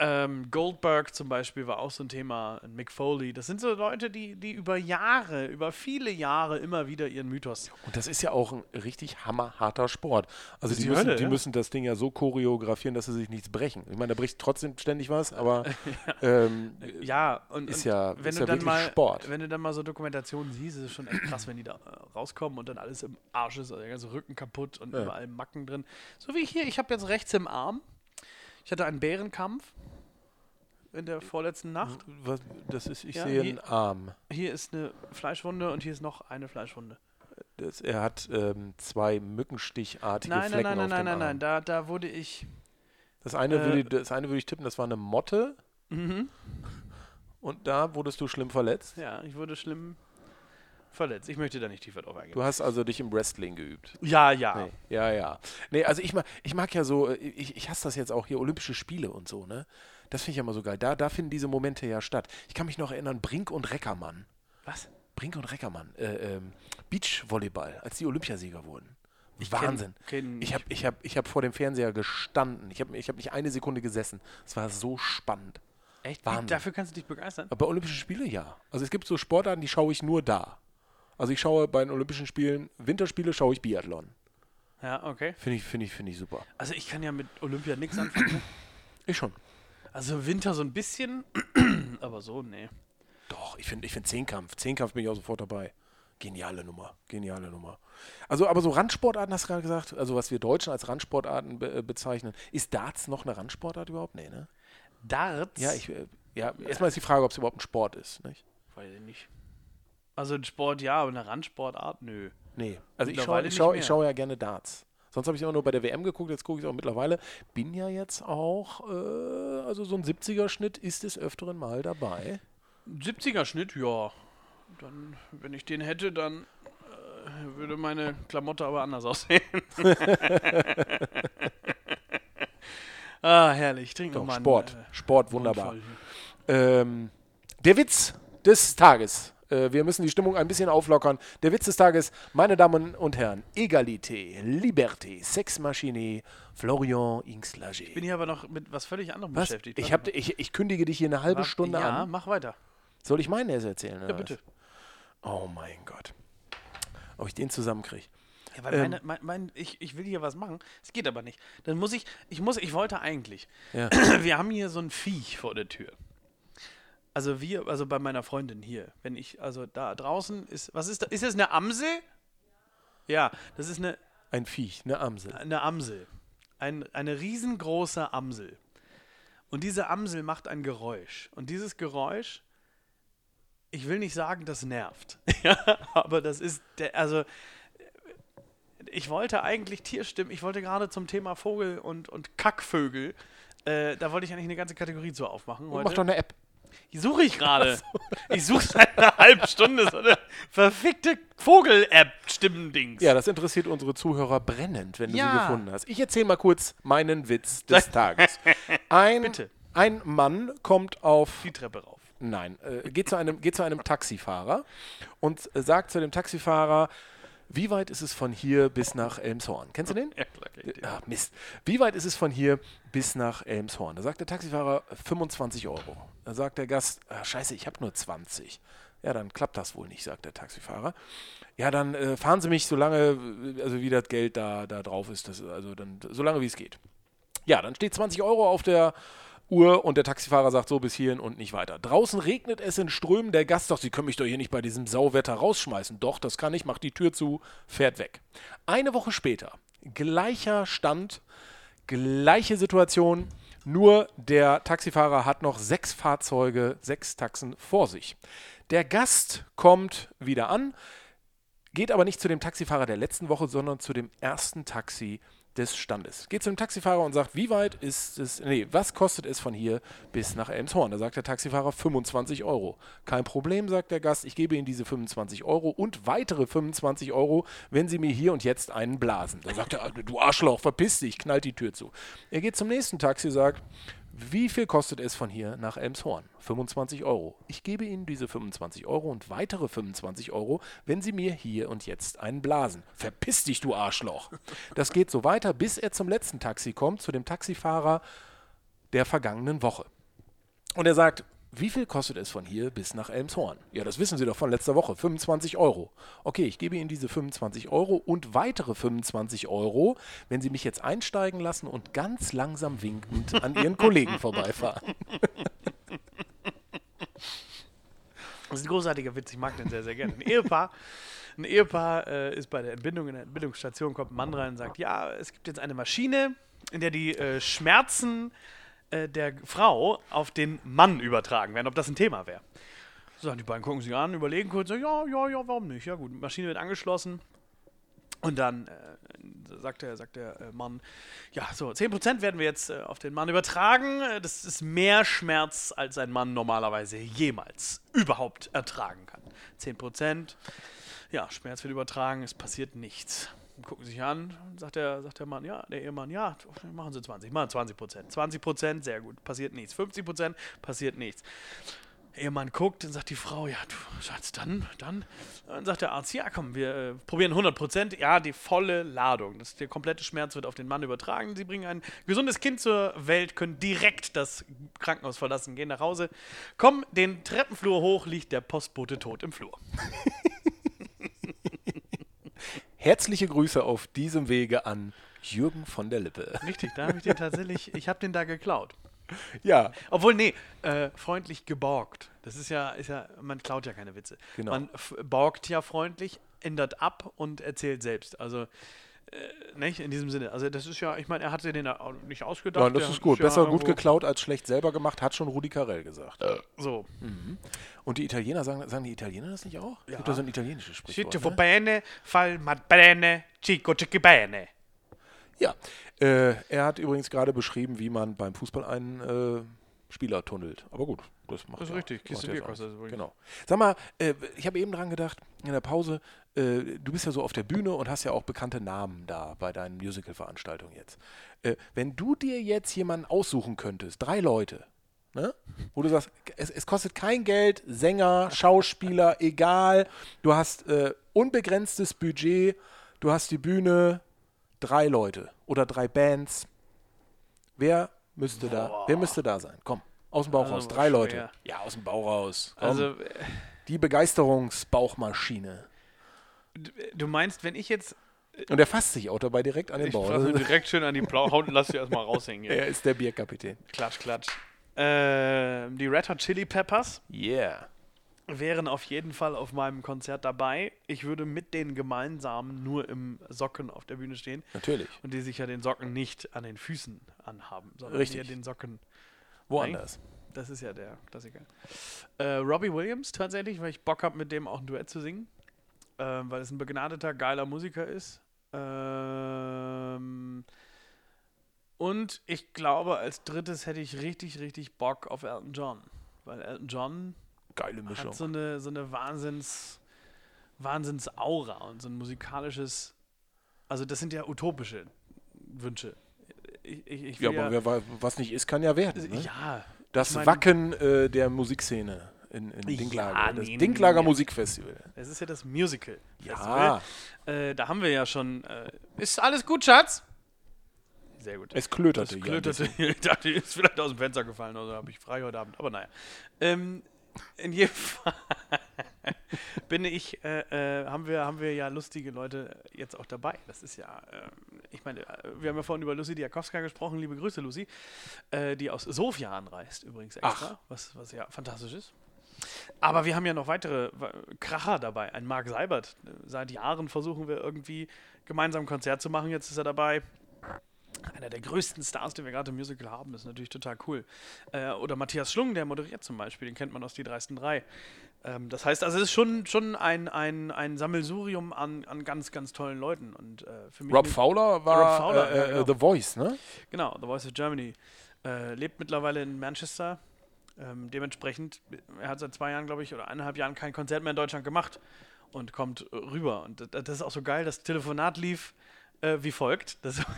Speaker 2: Ähm, Goldberg zum Beispiel war auch so ein Thema. Und Mick Foley. Das sind so Leute, die, die über Jahre, über viele Jahre immer wieder ihren Mythos.
Speaker 3: Und das ist ja auch ein richtig hammerharter Sport. Also die,
Speaker 2: die
Speaker 3: müssen,
Speaker 2: Hölle,
Speaker 3: die
Speaker 2: ja.
Speaker 3: müssen das Ding ja so choreografieren, dass sie sich nichts brechen. Ich meine, da bricht trotzdem ständig was, *laughs* aber ähm,
Speaker 2: Ja, und,
Speaker 3: Ist
Speaker 2: und
Speaker 3: ja-
Speaker 2: wenn
Speaker 3: ist
Speaker 2: du
Speaker 3: ja
Speaker 2: dann
Speaker 3: wirklich
Speaker 2: mal,
Speaker 3: Sport.
Speaker 2: Wenn du dann mal so Dokumentationen siehst, ist es schon echt krass, wenn die da äh, rauskommen und dann alles im Arsch ist, also der ganze Rücken kaputt und überall Macken drin. So wie hier, ich habe jetzt rechts im Arm. Ich hatte einen Bärenkampf in der vorletzten Nacht.
Speaker 3: was, das ist, ich
Speaker 2: Ja,
Speaker 3: sehe
Speaker 2: je-
Speaker 3: einen Arm.
Speaker 2: Hier ist eine Fleischwunde und hier ist noch eine Fleischwunde.
Speaker 3: Das, er hat ähm, zwei mückenstichartige
Speaker 2: Nein, nein,
Speaker 3: Flecken
Speaker 2: nein,
Speaker 3: auf
Speaker 2: nein, nein,
Speaker 3: dem
Speaker 2: nein,
Speaker 3: Arm.
Speaker 2: nein, da, da wurde ich.
Speaker 3: Das eine,
Speaker 2: Äh, Mhm.
Speaker 3: würde, das eine würde ich tippen, das war eine Motte. Und da wurdest du schlimm verletzt.
Speaker 2: Ja, ich wurde schlimm verletzt. Ich möchte da nicht tiefer drauf eingehen.
Speaker 3: Du hast also dich im Wrestling geübt.
Speaker 2: Ja, ja.
Speaker 3: Nee. Ja, ja. Nee, also ich mag, ich mag ja so, äh, ich, ich hasse das jetzt auch hier, Olympische Spiele und so, ne? Das finde ich ja immer so geil. Da, da finden diese Momente ja statt. Ich kann mich noch erinnern, Brink und Reckermann.
Speaker 2: Was?
Speaker 3: Brink und Reckermann, äh, ähm, Beachvolleyball, als die Olympiasieger wurden.
Speaker 2: kenn-
Speaker 3: Wahnsinn.
Speaker 2: kenn
Speaker 3: ich habe ich hab, ich hab vor dem Fernseher gestanden. Ich habe ich hab nicht eine Sekunde gesessen. Es war so spannend.
Speaker 2: Echt?
Speaker 3: Wahnsinn.
Speaker 2: Dafür kannst du dich begeistern?
Speaker 3: Aber Olympische Spiele ja. Also es gibt so Sportarten, die schaue ich nur da. Also ich schaue bei den Olympischen Spielen, Winterspiele schaue ich Biathlon.
Speaker 2: Ja, okay.
Speaker 3: Finde ich, finde ich, finde ich super.
Speaker 2: Also ich kann ja mit Olympia nichts
Speaker 3: *coughs*
Speaker 2: anfangen.
Speaker 3: Ich schon.
Speaker 2: Also im Winter so ein bisschen, *coughs* aber so, nee.
Speaker 3: Doch, ich finde ich find Zehnkampf. Zehnkampf bin ich auch sofort dabei. Geniale Nummer, geniale Nummer. Also, aber so Randsportarten hast du gerade gesagt, also was wir Deutschen als Randsportarten be äh, bezeichnen. Ist Darts noch eine Randsportart überhaupt? Nee, ne?
Speaker 2: Darts?
Speaker 3: Ja, ich, äh, ja, erstmal ist die Frage, ob es überhaupt ein Sport ist, nicht?
Speaker 2: Weiß ich nicht. Also ein Sport ja, aber eine Randsportart, nö.
Speaker 3: Nee. Also ich schaue
Speaker 2: Mittlerweile
Speaker 3: ich
Speaker 2: nicht
Speaker 3: schau,
Speaker 2: mehr.
Speaker 3: ich schau ja gerne Darts. Sonst habe ich immer nur bei der WM geguckt, jetzt gucke ich auch mittlerweile. Bin ja jetzt auch, äh, also so ein 70er-Schnitt ist des Öfteren mal dabei.
Speaker 2: 70er Schnitt, ja. Dann, wenn ich den hätte, dann äh, würde meine Klamotte aber anders *laughs* aussehen. ah, herrlich. Trink
Speaker 3: Doch,
Speaker 2: nochmal
Speaker 3: Sport, Sport, wunderbar.
Speaker 2: Voll.
Speaker 3: Ähm, der Witz des Tages. Äh, wir müssen die Stimmung ein bisschen auflockern. Der Witz des Tages, meine Damen und Herren, Egalité, Liberté, Sexmaschine, Florian Ingslager.
Speaker 2: Bin hier aber noch mit was völlig anderem
Speaker 3: Was?
Speaker 2: beschäftigt.
Speaker 3: Ich,
Speaker 2: Warte
Speaker 3: hab, ich, ich kündige dich hier eine halbe
Speaker 2: mal.
Speaker 3: Stunde
Speaker 2: ja,
Speaker 3: an.
Speaker 2: mach weiter.
Speaker 3: Soll ich meinen erst erzählen?
Speaker 2: Ja,
Speaker 3: oder
Speaker 2: bitte.
Speaker 3: Was? Oh mein Gott. Ob ich den zusammenkriege.
Speaker 2: Ja, weil meine, mein, mein, ich, ich will hier was machen, es geht aber nicht. Dann muss ich, ich muss, ich wollte eigentlich.
Speaker 3: Ja.
Speaker 2: *clears throat* Wir haben hier so ein Viech vor der Tür. Also wir, also bei meiner Freundin hier, wenn ich, also da draußen ist, was ist da, ist das eine Amsel? Ja, das ist eine,
Speaker 3: Ein Viech, eine Amsel.
Speaker 2: eine Amsel. Ein, eine riesengroße Amsel. Und diese Amsel macht ein Geräusch. Und dieses Geräusch, ich will nicht sagen, das nervt. *laughs* ja, aber das ist, der, also, äh, ich wollte eigentlich Tierstimmen, ich wollte gerade zum Thema Vogel und, und Kackvögel, äh, da wollte ich eigentlich eine ganze Kategorie zu aufmachen. Heute.
Speaker 3: Mach doch eine App.
Speaker 2: Die suche ich gerade. *laughs* Ich suche seit einer halben Stunde so eine verfickte Vogel-App-Stimmendings.
Speaker 3: Ja, das interessiert unsere Zuhörer brennend, wenn du sie
Speaker 2: Ja.
Speaker 3: gefunden hast. Ich erzähle mal kurz meinen Witz
Speaker 2: *laughs*
Speaker 3: des Tages. Ein,
Speaker 2: Bitte.
Speaker 3: ein Mann kommt auf
Speaker 2: Die Treppe rauf.
Speaker 3: Nein, äh, geht, zu einem, geht zu einem Taxifahrer und äh, sagt zu dem Taxifahrer, wie weit ist es von hier bis nach Elmshorn? Kennst du den?
Speaker 2: Ja, klar, kenn ich den.
Speaker 3: Ah, Mist. Wie weit ist es von hier bis nach Elmshorn? Da sagt der Taxifahrer 25 Euro. Da sagt der Gast, ah, scheiße, ich habe nur 20. Ja, dann klappt das wohl nicht, sagt der Taxifahrer. Ja, dann äh, fahren Sie mich so lange, äh, also wie das Geld da, da drauf ist, das, also dann so lange wie es geht. Ja, dann steht 20 Euro auf der Uhr und der Taxifahrer sagt so bis hierhin und nicht weiter. Draußen regnet es in Strömen, der Gast sagt, Sie können mich doch hier nicht bei diesem Sauwetter rausschmeißen. Doch, das kann ich, macht die Tür zu, fährt weg. Eine Woche später, gleicher Stand, gleiche Situation, nur der Taxifahrer hat noch sechs Fahrzeuge, sechs Taxen vor sich. Der Gast kommt wieder an, geht aber nicht zu dem Taxifahrer der letzten Woche, sondern zu dem ersten Taxi des Standes. Geht zu dem Taxifahrer und sagt, wie weit ist es, nee, was kostet es von hier bis nach Elmshorn? Da sagt der Taxifahrer 25 Euro. Kein Problem, sagt der Gast, ich gebe Ihnen diese 25 Euro und weitere 25 Euro, wenn Sie mir hier und jetzt einen blasen. Da sagt er, du Arschloch, verpiss dich, knallt die Tür zu. Er geht zum nächsten Taxi, sagt, wie viel kostet es von hier nach Elmshorn? 25 Euro. Ich gebe Ihnen diese 25 Euro und weitere 25 Euro, wenn Sie mir hier und jetzt einen blasen. Verpiss dich, du Arschloch! Das geht so weiter, bis er zum letzten Taxi kommt, zu dem Taxifahrer der vergangenen Woche. Und er sagt, wie viel kostet es von hier bis nach Elmshorn? Ja, das wissen Sie doch von letzter Woche, 25 Euro. Okay, ich gebe Ihnen diese 25 Euro und weitere 25 Euro, wenn Sie mich jetzt einsteigen lassen und ganz langsam winkend an Ihren Kollegen vorbeifahren.
Speaker 2: Das ist ein großartiger Witz, ich mag den sehr, sehr gerne. Ein Ehepaar, ein Ehepaar äh, ist bei der Entbindung in der Entbindungsstation, kommt ein Mann rein und sagt, ja, es gibt jetzt eine Maschine, in der die äh, Schmerzen äh, der Frau auf den Mann übertragen werden, ob das ein Thema wäre. So, die beiden gucken sich an, überlegen kurz, so, ja, ja, ja, warum nicht? Ja gut, Maschine wird angeschlossen. Und dann äh, sagt der, sagt der äh, Mann, ja, so 10% werden wir jetzt äh, auf den Mann übertragen. Äh, Das ist mehr Schmerz, als ein Mann normalerweise jemals überhaupt ertragen kann. 10%, ja, Schmerz wird übertragen, es passiert nichts. gucken sich an, sagt der, sagt der Mann, ja, der Ehemann, ja, machen Sie 20, machen 20 Prozent. 20 Prozent, sehr gut, passiert nichts. 50 Prozent, passiert nichts. Ehemann guckt, dann sagt die Frau, ja, du Schatz, dann, dann. Dann sagt der Arzt, ja, komm, wir äh, probieren 100 Prozent, ja, die volle Ladung. Das, der komplette Schmerz wird auf den Mann übertragen. Sie bringen ein gesundes Kind zur Welt, können direkt das Krankenhaus verlassen, gehen nach Hause. Kommen den Treppenflur hoch, liegt der Postbote tot im Flur.
Speaker 3: Herzliche Grüße auf diesem Wege an Jürgen von der Lippe.
Speaker 2: Richtig, da habe ich den tatsächlich, ich habe den da geklaut.
Speaker 3: Ja,
Speaker 2: Obwohl, nee, äh, freundlich geborgt. Das ist ja, ist ja, man klaut ja keine Witze.
Speaker 3: Genau.
Speaker 2: Man f- borgt ja freundlich, ändert ab und erzählt selbst. Also, äh, nicht in diesem Sinne. Also, das ist ja, ich meine, er hatte den ja auch nicht ausgedacht.
Speaker 3: nein, das
Speaker 2: der
Speaker 3: ist gut.
Speaker 2: ja
Speaker 3: Besser gut
Speaker 2: irgendwo-
Speaker 3: geklaut als schlecht selber gemacht, hat schon Rudi Carell gesagt.
Speaker 2: So.
Speaker 3: Hm, Und die Italiener sagen, sagen die Italiener das nicht auch? Ja. Gibt da so ein italienisches Sprichwort?
Speaker 2: Schitte
Speaker 3: Ne?
Speaker 2: bene, fall mat bene, chico chicky bene.
Speaker 3: Ja. Äh, er hat übrigens gerade beschrieben, wie man beim Fußball einen äh, Spieler tunnelt. Aber gut, das macht
Speaker 2: Das ist
Speaker 3: ja-
Speaker 2: richtig. Kiste
Speaker 3: macht ja
Speaker 2: Bier
Speaker 3: jetzt
Speaker 2: kostet
Speaker 3: aus.
Speaker 2: das übrigens.
Speaker 3: Genau. Sag mal, äh, ich habe eben dran gedacht, in der Pause, äh, du bist ja so auf der Bühne und hast ja auch bekannte Namen da bei deinen Musical-Veranstaltungen jetzt. Äh, wenn du dir jetzt jemanden aussuchen könntest, drei Leute, ne? wo du sagst, es, es kostet kein Geld, Sänger, Schauspieler, egal, du hast äh, unbegrenztes Budget, du hast die Bühne, drei Leute oder drei Bands. Wer müsste da, wer müsste da sein? Komm, aus dem Bauch raus, drei
Speaker 2: Also schwer.
Speaker 3: Leute. Ja, aus dem Bauch raus. Komm.
Speaker 2: Also, äh,
Speaker 3: Die Begeisterungsbauchmaschine.
Speaker 2: du meinst, wenn ich jetzt.
Speaker 3: Und er fasst sich auch dabei direkt an den
Speaker 2: Ich
Speaker 3: Bauch.
Speaker 2: fasse
Speaker 3: *laughs*
Speaker 2: direkt schön an die Blau Haut und lass sie erstmal raushängen. hier.
Speaker 3: er ist der Bierkapitän.
Speaker 2: Klatsch, klatsch. Äh, die Red Hot Chili Peppers.
Speaker 3: Yeah.
Speaker 2: wären auf jeden Fall auf meinem Konzert dabei. Ich würde mit denen gemeinsam nur im Socken auf der Bühne stehen
Speaker 3: Natürlich.
Speaker 2: und die sich ja den Socken nicht an den Füßen anhaben, sondern
Speaker 3: Richtig.
Speaker 2: hier den Socken.
Speaker 3: Woanders.
Speaker 2: Das ist ja der Klassiker. Äh, Robbie Williams tatsächlich, weil ich Bock habe, mit dem auch ein Duett zu singen, ähm, weil es ein begnadeter, geiler Musiker ist. Ähm, und ich glaube, als drittes hätte ich richtig, richtig Bock auf Elton John, weil Elton John
Speaker 3: Geile
Speaker 2: hat so eine, so eine Wahnsinns, Wahnsinnsaura und so ein musikalisches. Also, das sind ja utopische Wünsche. Ich, ich, ich
Speaker 3: ja,
Speaker 2: will
Speaker 3: aber
Speaker 2: ja, Also,
Speaker 3: wer, wei- was nicht ist, kann ja werden. Ne?
Speaker 2: ja,
Speaker 3: das
Speaker 2: ich mein-
Speaker 3: Wacken äh, der Musikszene in, in
Speaker 2: Ja,
Speaker 3: Dinklager. das
Speaker 2: nee, nee,
Speaker 3: Dinklager
Speaker 2: nee.
Speaker 3: Musikfestival.
Speaker 2: es ist ja das Musical.
Speaker 3: Ja.
Speaker 2: Äh, da haben wir ja schon. Äh, ist alles gut, Schatz? Sehr gut.
Speaker 3: Es klöterte.
Speaker 2: Das
Speaker 3: ja ein
Speaker 2: klöterte. *laughs* Ich dachte, die ist vielleicht aus dem Fenster gefallen oder habe ich frei heute Abend. Aber naja. Ähm, in jedem Fall *laughs* bin ich, äh, äh, haben, wir, haben wir ja lustige Leute jetzt auch dabei. Das ist ja, äh, ich meine, äh, wir haben ja vorhin über Lucy Diakowska gesprochen. Liebe Grüße, Lucy. Äh, die aus Sofia anreist übrigens extra. Was, was ja fantastisch ist. Aber wir haben ja noch weitere wa- Kracher dabei. Ein Marc Seibert. äh, Seit Jahren versuchen wir irgendwie gemeinsam ein Konzert zu machen. Jetzt ist er dabei. Einer der größten Stars, den wir gerade im Musical haben, ist natürlich total cool. Äh, oder Matthias Schlung, der moderiert zum Beispiel, den kennt man aus Die dreisten drei. Ähm, das heißt, also es ist schon, schon ein, ein, ein Sammelsurium an, an ganz, ganz tollen Leuten. Und äh, für mich
Speaker 3: Rob
Speaker 2: ne-
Speaker 3: Fowler war
Speaker 2: Rob Fowler,
Speaker 3: äh,
Speaker 2: ja,
Speaker 3: äh,
Speaker 2: genau.
Speaker 3: The Voice, ne?
Speaker 2: Genau, The Voice of Germany. Äh, lebt mittlerweile in Manchester. Ähm, dementsprechend, er hat seit zwei Jahren, glaube ich, oder eineinhalb Jahren kein Konzert mehr in Deutschland gemacht und kommt äh, rüber. Und d- d- das ist auch so geil, das Telefonat lief äh, wie folgt. Das *laughs*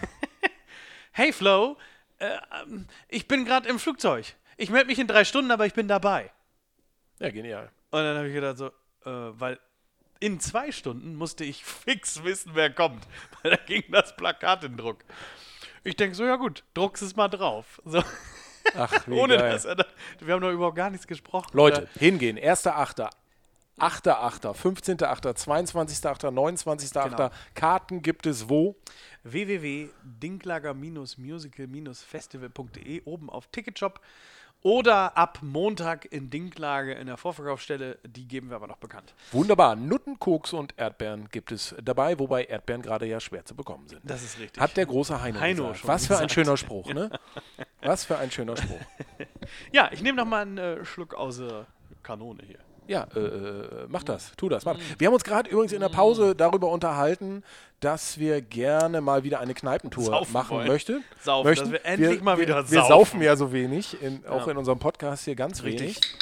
Speaker 2: hey Flo, äh, ähm, ich bin gerade im Flugzeug. Ich melde mich in drei Stunden, aber ich bin dabei.
Speaker 3: Ja, genial.
Speaker 2: Und dann habe ich gedacht so, äh, weil in zwei Stunden musste ich *laughs* fix wissen, wer kommt. *laughs* Weil da ging das Plakat in Druck. Ich denke so, ja gut, druckst es mal drauf. So,
Speaker 3: Ach, wie
Speaker 2: *laughs* ohne
Speaker 3: geil.
Speaker 2: dass er da, Wir haben doch überhaupt gar nichts gesprochen. Äh,
Speaker 3: Leute, Äh, hingehen. 1.8., 8.8., 15.8., 22.8., 29.8.
Speaker 2: Genau.
Speaker 3: Karten gibt es wo?
Speaker 2: www.dinklager-musical-festival.de oben auf Ticketshop oder ab Montag in Dinklage in der Vorverkaufsstelle. Die geben wir aber noch bekannt.
Speaker 3: Wunderbar. Nutten, Koks und Erdbeeren gibt es dabei, wobei Erdbeeren gerade ja schwer zu bekommen sind.
Speaker 2: Das ist richtig.
Speaker 3: Hat der große Heino,
Speaker 2: Heino
Speaker 3: gesagt.
Speaker 2: schon
Speaker 3: Was für ein
Speaker 2: gesagt.
Speaker 3: schöner Spruch,
Speaker 2: *laughs*
Speaker 3: ne? Was für ein schöner Spruch.
Speaker 2: ja, ich nehme noch mal einen äh, Schluck aus der Kanone hier.
Speaker 3: Ja, äh, äh,
Speaker 2: Mhm.
Speaker 3: mach das, tu das. Mach. Wir haben uns gerade übrigens in der Pause darüber unterhalten, dass wir gerne mal wieder eine Kneipentour
Speaker 2: Saufen
Speaker 3: machen
Speaker 2: wollen.
Speaker 3: möchten.
Speaker 2: Saufen,
Speaker 3: möchten.
Speaker 2: dass wir endlich mal wieder
Speaker 3: Wir
Speaker 2: saufen.
Speaker 3: saufen ja so wenig, in, auch in unserem Podcast hier ganz
Speaker 2: Richtig.
Speaker 3: wenig.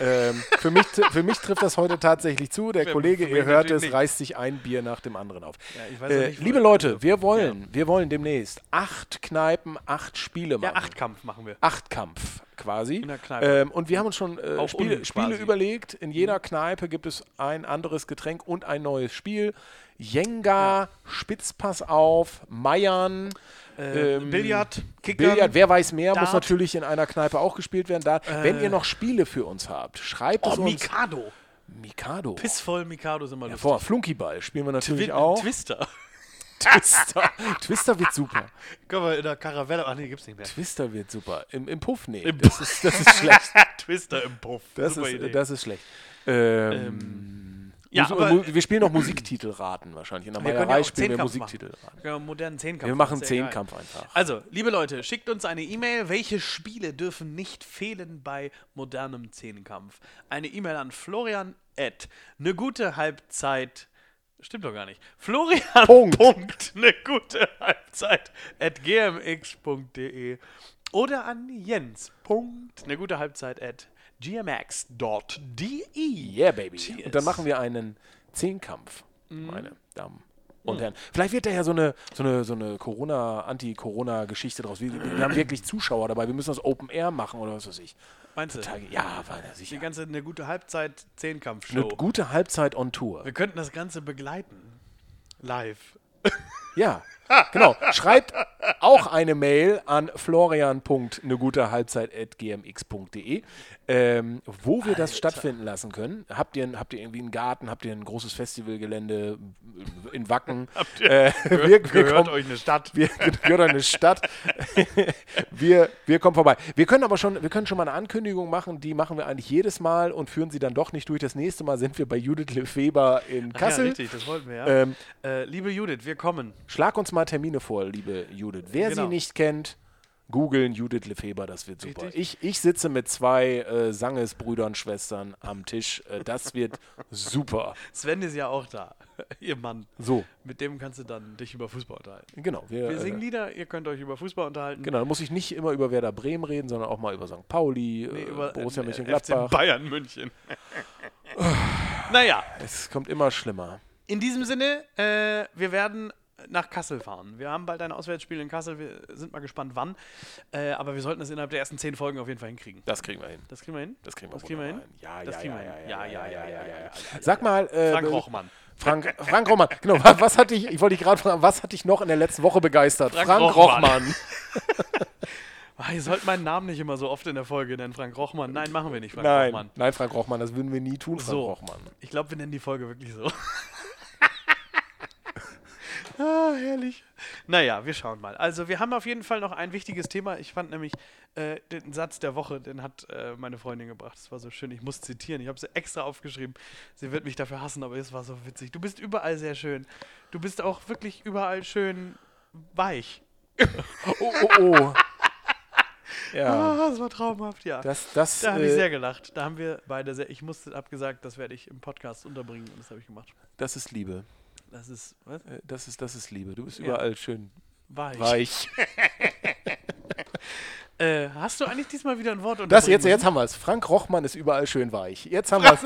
Speaker 3: Ähm, für, mich, t- für mich trifft das heute tatsächlich zu. Der
Speaker 2: Ja,
Speaker 3: Kollege,
Speaker 2: für mich
Speaker 3: ihr hört
Speaker 2: natürlich
Speaker 3: es,
Speaker 2: nicht.
Speaker 3: reißt sich ein Bier nach dem anderen auf.
Speaker 2: ich weiß auch
Speaker 3: äh,
Speaker 2: nicht, wo
Speaker 3: liebe
Speaker 2: das-
Speaker 3: Leute, wir wollen, wir wollen demnächst acht Kneipen, acht Spiele machen.
Speaker 2: Ja, Achtkampf machen wir.
Speaker 3: Achtkampf quasi.
Speaker 2: In der Kneipe.
Speaker 3: ähm, und wir haben uns schon äh,
Speaker 2: Auf
Speaker 3: Spiele,
Speaker 2: unten
Speaker 3: Spiele
Speaker 2: quasi. Mhm.
Speaker 3: überlegt. In jeder Kneipe gibt es ein anderes Getränk und ein neues Spiel. Jenga, Spitzpass auf, Meiern,
Speaker 2: Äh,
Speaker 3: ähm,
Speaker 2: Billard, Kickern.
Speaker 3: Billard, wer weiß mehr, muss
Speaker 2: Dart. Äh.
Speaker 3: natürlich in einer Kneipe auch gespielt werden. Da, wenn ihr noch Spiele für uns habt, schreibt
Speaker 2: Oh,
Speaker 3: es uns.
Speaker 2: Mikado.
Speaker 3: Mikado.
Speaker 2: Pissvoll Mikado sind wir
Speaker 3: Ja,
Speaker 2: lustig.
Speaker 3: Vor, Flunkyball spielen wir natürlich
Speaker 2: Twi-
Speaker 3: auch.
Speaker 2: Twister. *laughs*
Speaker 3: Twister. Twister wird super.
Speaker 2: Können wir in der Karavelle. Ach nee, gibt's
Speaker 3: *laughs*
Speaker 2: nicht mehr.
Speaker 3: Twister wird super. Im, im Puff, nee.
Speaker 2: Im
Speaker 3: das, ist, das ist schlecht.
Speaker 2: *laughs* Twister im Puff.
Speaker 3: Das,
Speaker 2: Super
Speaker 3: ist,
Speaker 2: Idee.
Speaker 3: das ist schlecht. Ähm,
Speaker 2: ja,
Speaker 3: muss-
Speaker 2: aber
Speaker 3: mu- wir spielen noch Musiktitel raten wahrscheinlich. In der
Speaker 2: können ja
Speaker 3: Meierei
Speaker 2: auch
Speaker 3: spielen wir
Speaker 2: Zehnkampf
Speaker 3: Musiktitel raten.
Speaker 2: machen. Ja, modernen Zehnkampf.
Speaker 3: Wir machen
Speaker 2: ist ja egal.
Speaker 3: Zehnkampf einfach.
Speaker 2: Also, liebe Leute, schickt uns eine E-Mail. Welche Spiele dürfen nicht fehlen bei modernem Zehnkampf? Eine E-Mail an Florian at eine gute Halbzeit. Stimmt doch gar nicht. Florian.
Speaker 3: Punkt.
Speaker 2: Punkt. Eine gute Halbzeit at gmx.de oder an Jens. Punkt. Eine gute Halbzeit at gmx.de.
Speaker 3: Yeah, baby.
Speaker 2: Cheers. Mhm.
Speaker 3: Und dann machen wir einen Zehnkampf, meine Damen und Herren. Vielleicht wird da ja so eine, so eine, so eine Corona, Anti-Corona-Geschichte draus. Wir, wir haben wirklich Zuschauer dabei. Wir müssen das Open Air machen oder was weiß ich.
Speaker 2: Meinst du?
Speaker 3: Tage- Ja, war ja sicher.
Speaker 2: Die ganze eine gute Halbzeit
Speaker 3: Eine
Speaker 2: Zehnkampfshow.
Speaker 3: gute Halbzeit on Tour.
Speaker 2: Wir könnten das Ganze begleiten. Live.
Speaker 3: Ja, genau. Schreibt auch eine Mail an florian.negutehalbzeit.gmx.de, ähm, wo wir das stattfinden lassen können. Habt ihr, habt ihr irgendwie einen Garten? Habt ihr ein großes Festivalgelände
Speaker 2: *laughs*
Speaker 3: in Wacken? habt ihr äh, wir, wir
Speaker 2: Gehört
Speaker 3: kommen,
Speaker 2: euch eine Stadt.
Speaker 3: wir, gehört euch eine Stadt. *laughs* wir, wir kommen vorbei. Wir können aber schon, wir können schon mal eine Ankündigung machen, die machen wir eigentlich jedes Mal und führen sie dann doch nicht durch. Das nächste Mal sind wir bei Judith Lefeber in
Speaker 2: Ja,
Speaker 3: Kassel.
Speaker 2: richtig, das wollten wir, ja.
Speaker 3: Ähm,
Speaker 2: äh, liebe Judith, wir kommen.
Speaker 3: Schlag uns mal Termine vor, liebe Judith. Wer
Speaker 2: Genau.
Speaker 3: sie nicht kennt, googeln Judith Lefeber, das wird super.
Speaker 2: Richtig.
Speaker 3: Ich, ich sitze mit zwei äh, Sangesbrüdern, Schwestern am Tisch. Äh,
Speaker 2: *laughs*
Speaker 3: das wird super.
Speaker 2: Sven ist ja auch da. *laughs* Ihr Mann.
Speaker 3: So.
Speaker 2: Mit dem kannst du dann dich über Fußball unterhalten.
Speaker 3: Genau.
Speaker 2: Wir singen
Speaker 3: äh,
Speaker 2: Lieder, ihr könnt euch über Fußball unterhalten.
Speaker 3: Genau, da muss ich nicht immer über Werder Bremen reden, sondern auch mal über St. Pauli,
Speaker 2: Nee,
Speaker 3: äh,
Speaker 2: über
Speaker 3: Borussia
Speaker 2: äh,
Speaker 3: Mönchengladbach.
Speaker 2: FC Bayern München. *laughs* naja,
Speaker 3: Es kommt immer schlimmer.
Speaker 2: in diesem Sinne, äh, wir werden nach Kassel fahren. Wir haben bald ein Auswärtsspiel in Kassel. Wir sind mal gespannt, wann. Äh, aber wir sollten das innerhalb der ersten zehn Folgen auf jeden Fall hinkriegen.
Speaker 3: Das kriegen wir hin.
Speaker 2: Das kriegen wir hin?
Speaker 3: Das kriegen wir,
Speaker 2: Das kriegen wir hin?
Speaker 3: wunderbar Ja,
Speaker 2: Das
Speaker 3: ja,
Speaker 2: kriegen
Speaker 3: ja,
Speaker 2: wir hin.
Speaker 3: ja,
Speaker 2: Ja,
Speaker 3: ja, ja,
Speaker 2: ja,
Speaker 3: ja,
Speaker 2: ja,
Speaker 3: ja. Sag mal, äh,
Speaker 2: Frank
Speaker 3: be-
Speaker 2: Rochmann.
Speaker 3: Frank, Frank Rochmann, genau. wa- Was hatte ich, ich wollte dich gerade fragen, was hatte ich noch in der letzten Woche begeistert?
Speaker 2: Frank
Speaker 3: Frank,
Speaker 2: Rochmann.
Speaker 3: Rochmann.
Speaker 2: *laughs* Ah, ihr sollt meinen Namen nicht immer so oft in der Folge nennen, Frank Rochmann. Nein, machen wir nicht, Frank
Speaker 3: Nein,
Speaker 2: Rochmann.
Speaker 3: nein, Frank Rochmann, das würden wir nie tun, Frank
Speaker 2: So,
Speaker 3: Rochmann.
Speaker 2: ich glaube, wir nennen die Folge wirklich
Speaker 3: *laughs*
Speaker 2: so. ah, herrlich. Naja, wir schauen mal. Also, wir haben auf jeden Fall noch ein wichtiges Thema. Ich fand nämlich äh, den Satz der Woche, den hat äh, meine Freundin gebracht. Das war so schön. Ich muss zitieren. Ich habe sie extra aufgeschrieben. Sie wird mich dafür hassen, aber es war so witzig. Du bist überall sehr schön. Du bist auch wirklich überall schön weich.
Speaker 3: Oh, oh, oh. ja,
Speaker 2: Ah, das war traumhaft, ja.
Speaker 3: das, das,
Speaker 2: Da habe ich
Speaker 3: äh,
Speaker 2: sehr gelacht. Da haben wir beide sehr. Ich musste abgesagt, das werde ich im Podcast unterbringen und das habe ich gemacht.
Speaker 3: das ist Liebe.
Speaker 2: Das ist was?
Speaker 3: Äh, Das ist, das ist Liebe. Du bist
Speaker 2: Ja.
Speaker 3: überall schön
Speaker 2: Weich.
Speaker 3: weich.
Speaker 2: Äh, hast du eigentlich diesmal wieder ein Wort und
Speaker 3: Das jetzt, jetzt haben wir es. Frank Rochmann ist überall schön weich. Jetzt haben wir es.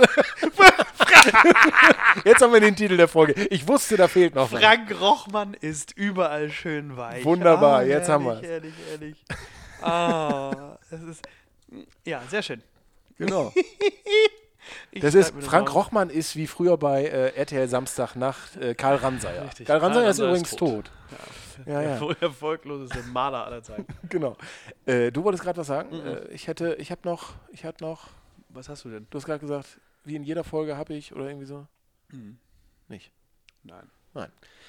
Speaker 3: *laughs* jetzt haben wir den Titel der Folge. Ich wusste, da fehlt noch was.
Speaker 2: Frank Rochmann ist überall schön weich. Ah,
Speaker 3: Wunderbar, jetzt haben
Speaker 2: ehrlich, Ehrlich, ehrlich. Ah, *laughs* es ist ja sehr
Speaker 3: *laughs*
Speaker 2: schön.
Speaker 3: Genau.
Speaker 2: Ich
Speaker 3: Das
Speaker 2: schreib
Speaker 3: ist,
Speaker 2: mir
Speaker 3: Frank
Speaker 2: auf.
Speaker 3: Rochmann ist wie früher bei äh, RTL Samstagnacht äh, Karl Ranseier.
Speaker 2: Richtig,
Speaker 3: Karl
Speaker 2: Karl
Speaker 3: Ranseier ist
Speaker 2: Ranseier
Speaker 3: übrigens
Speaker 2: ist tot.
Speaker 3: tot. Ja, ja.
Speaker 2: Der wohl erfolgloseste Maler aller Zeiten.
Speaker 3: Genau. Äh, du wolltest gerade was sagen.
Speaker 2: Mhm.
Speaker 3: Äh, ich hätte, ich habe noch, ich hatte noch,
Speaker 2: Was hast du denn?
Speaker 3: du hast gerade gesagt, wie in jeder Folge habe ich oder irgendwie so. Nicht.
Speaker 2: Nein.
Speaker 3: Nein.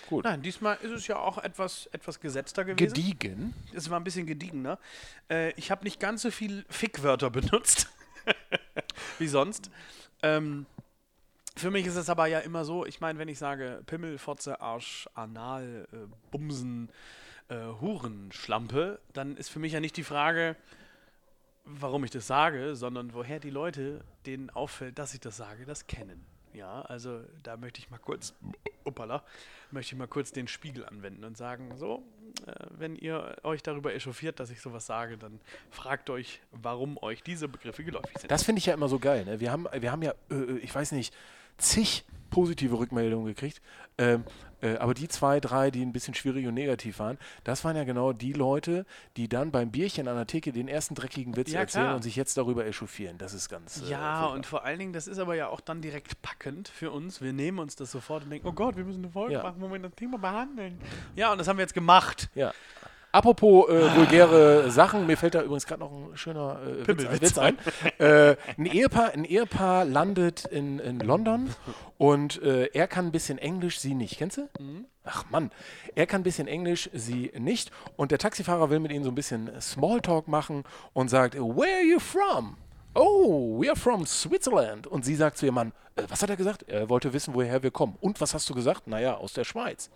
Speaker 3: Gut.
Speaker 2: Nein, diesmal ist es ja auch etwas, etwas gesetzter gewesen.
Speaker 3: Gediegen.
Speaker 2: Es war ein bisschen gediegener. Äh, ich habe nicht ganz so viel Fickwörter benutzt wie sonst. Ähm, für mich ist es aber ja immer so, ich meine, wenn ich sage Pimmel, Fotze, Arsch, Anal, äh, Bumsen, äh, Huren, Schlampe, dann ist für mich ja nicht die Frage, warum ich das sage, sondern woher die Leute, denen auffällt, dass ich das sage, das kennen. Ja, also da möchte ich mal kurz, upala, möchte ich mal kurz den Spiegel anwenden und sagen, so, äh, wenn ihr euch darüber echauffiert, dass ich sowas sage, dann fragt euch, warum euch diese Begriffe geläufig sind.
Speaker 3: Das finde ich ja immer so geil. Ne? Wir, haben, wir haben ja, äh, ich weiß nicht, zig positive Rückmeldungen gekriegt. Ähm, äh, aber die zwei, drei, die ein bisschen schwierig und negativ waren, das waren ja genau die Leute, die dann beim Bierchen an der Theke den ersten dreckigen Witz
Speaker 2: Ja,
Speaker 3: erzählen
Speaker 2: klar.
Speaker 3: und sich jetzt darüber echauffieren. Das ist ganz. äh,
Speaker 2: Ja,
Speaker 3: furchtbar.
Speaker 2: und vor allen Dingen, das ist aber ja auch dann direkt packend für uns. Wir nehmen uns das sofort und denken, oh Gott, wir müssen eine Folge
Speaker 3: Ja.
Speaker 2: machen, wo wir das Thema behandeln. Ja, und das haben wir jetzt gemacht.
Speaker 3: Ja. Apropos äh, vulgäre Sachen, mir fällt da übrigens gerade noch ein schöner äh, Witz,
Speaker 2: Pimmelwitz
Speaker 3: ein. Witz ein. Äh, ein, Ehepaar, ein Ehepaar landet in, in London und äh, er kann ein bisschen Englisch, sie nicht. Kennst du? Ach Mann, er kann ein bisschen Englisch, sie nicht. Und der Taxifahrer will mit ihnen so ein bisschen Smalltalk machen und sagt, Where are you from? Oh, we are from Switzerland. Und sie sagt zu ihrem Mann, äh, was hat er gesagt? Er wollte wissen, woher wir kommen. Und was hast du gesagt? Naja, aus der Schweiz.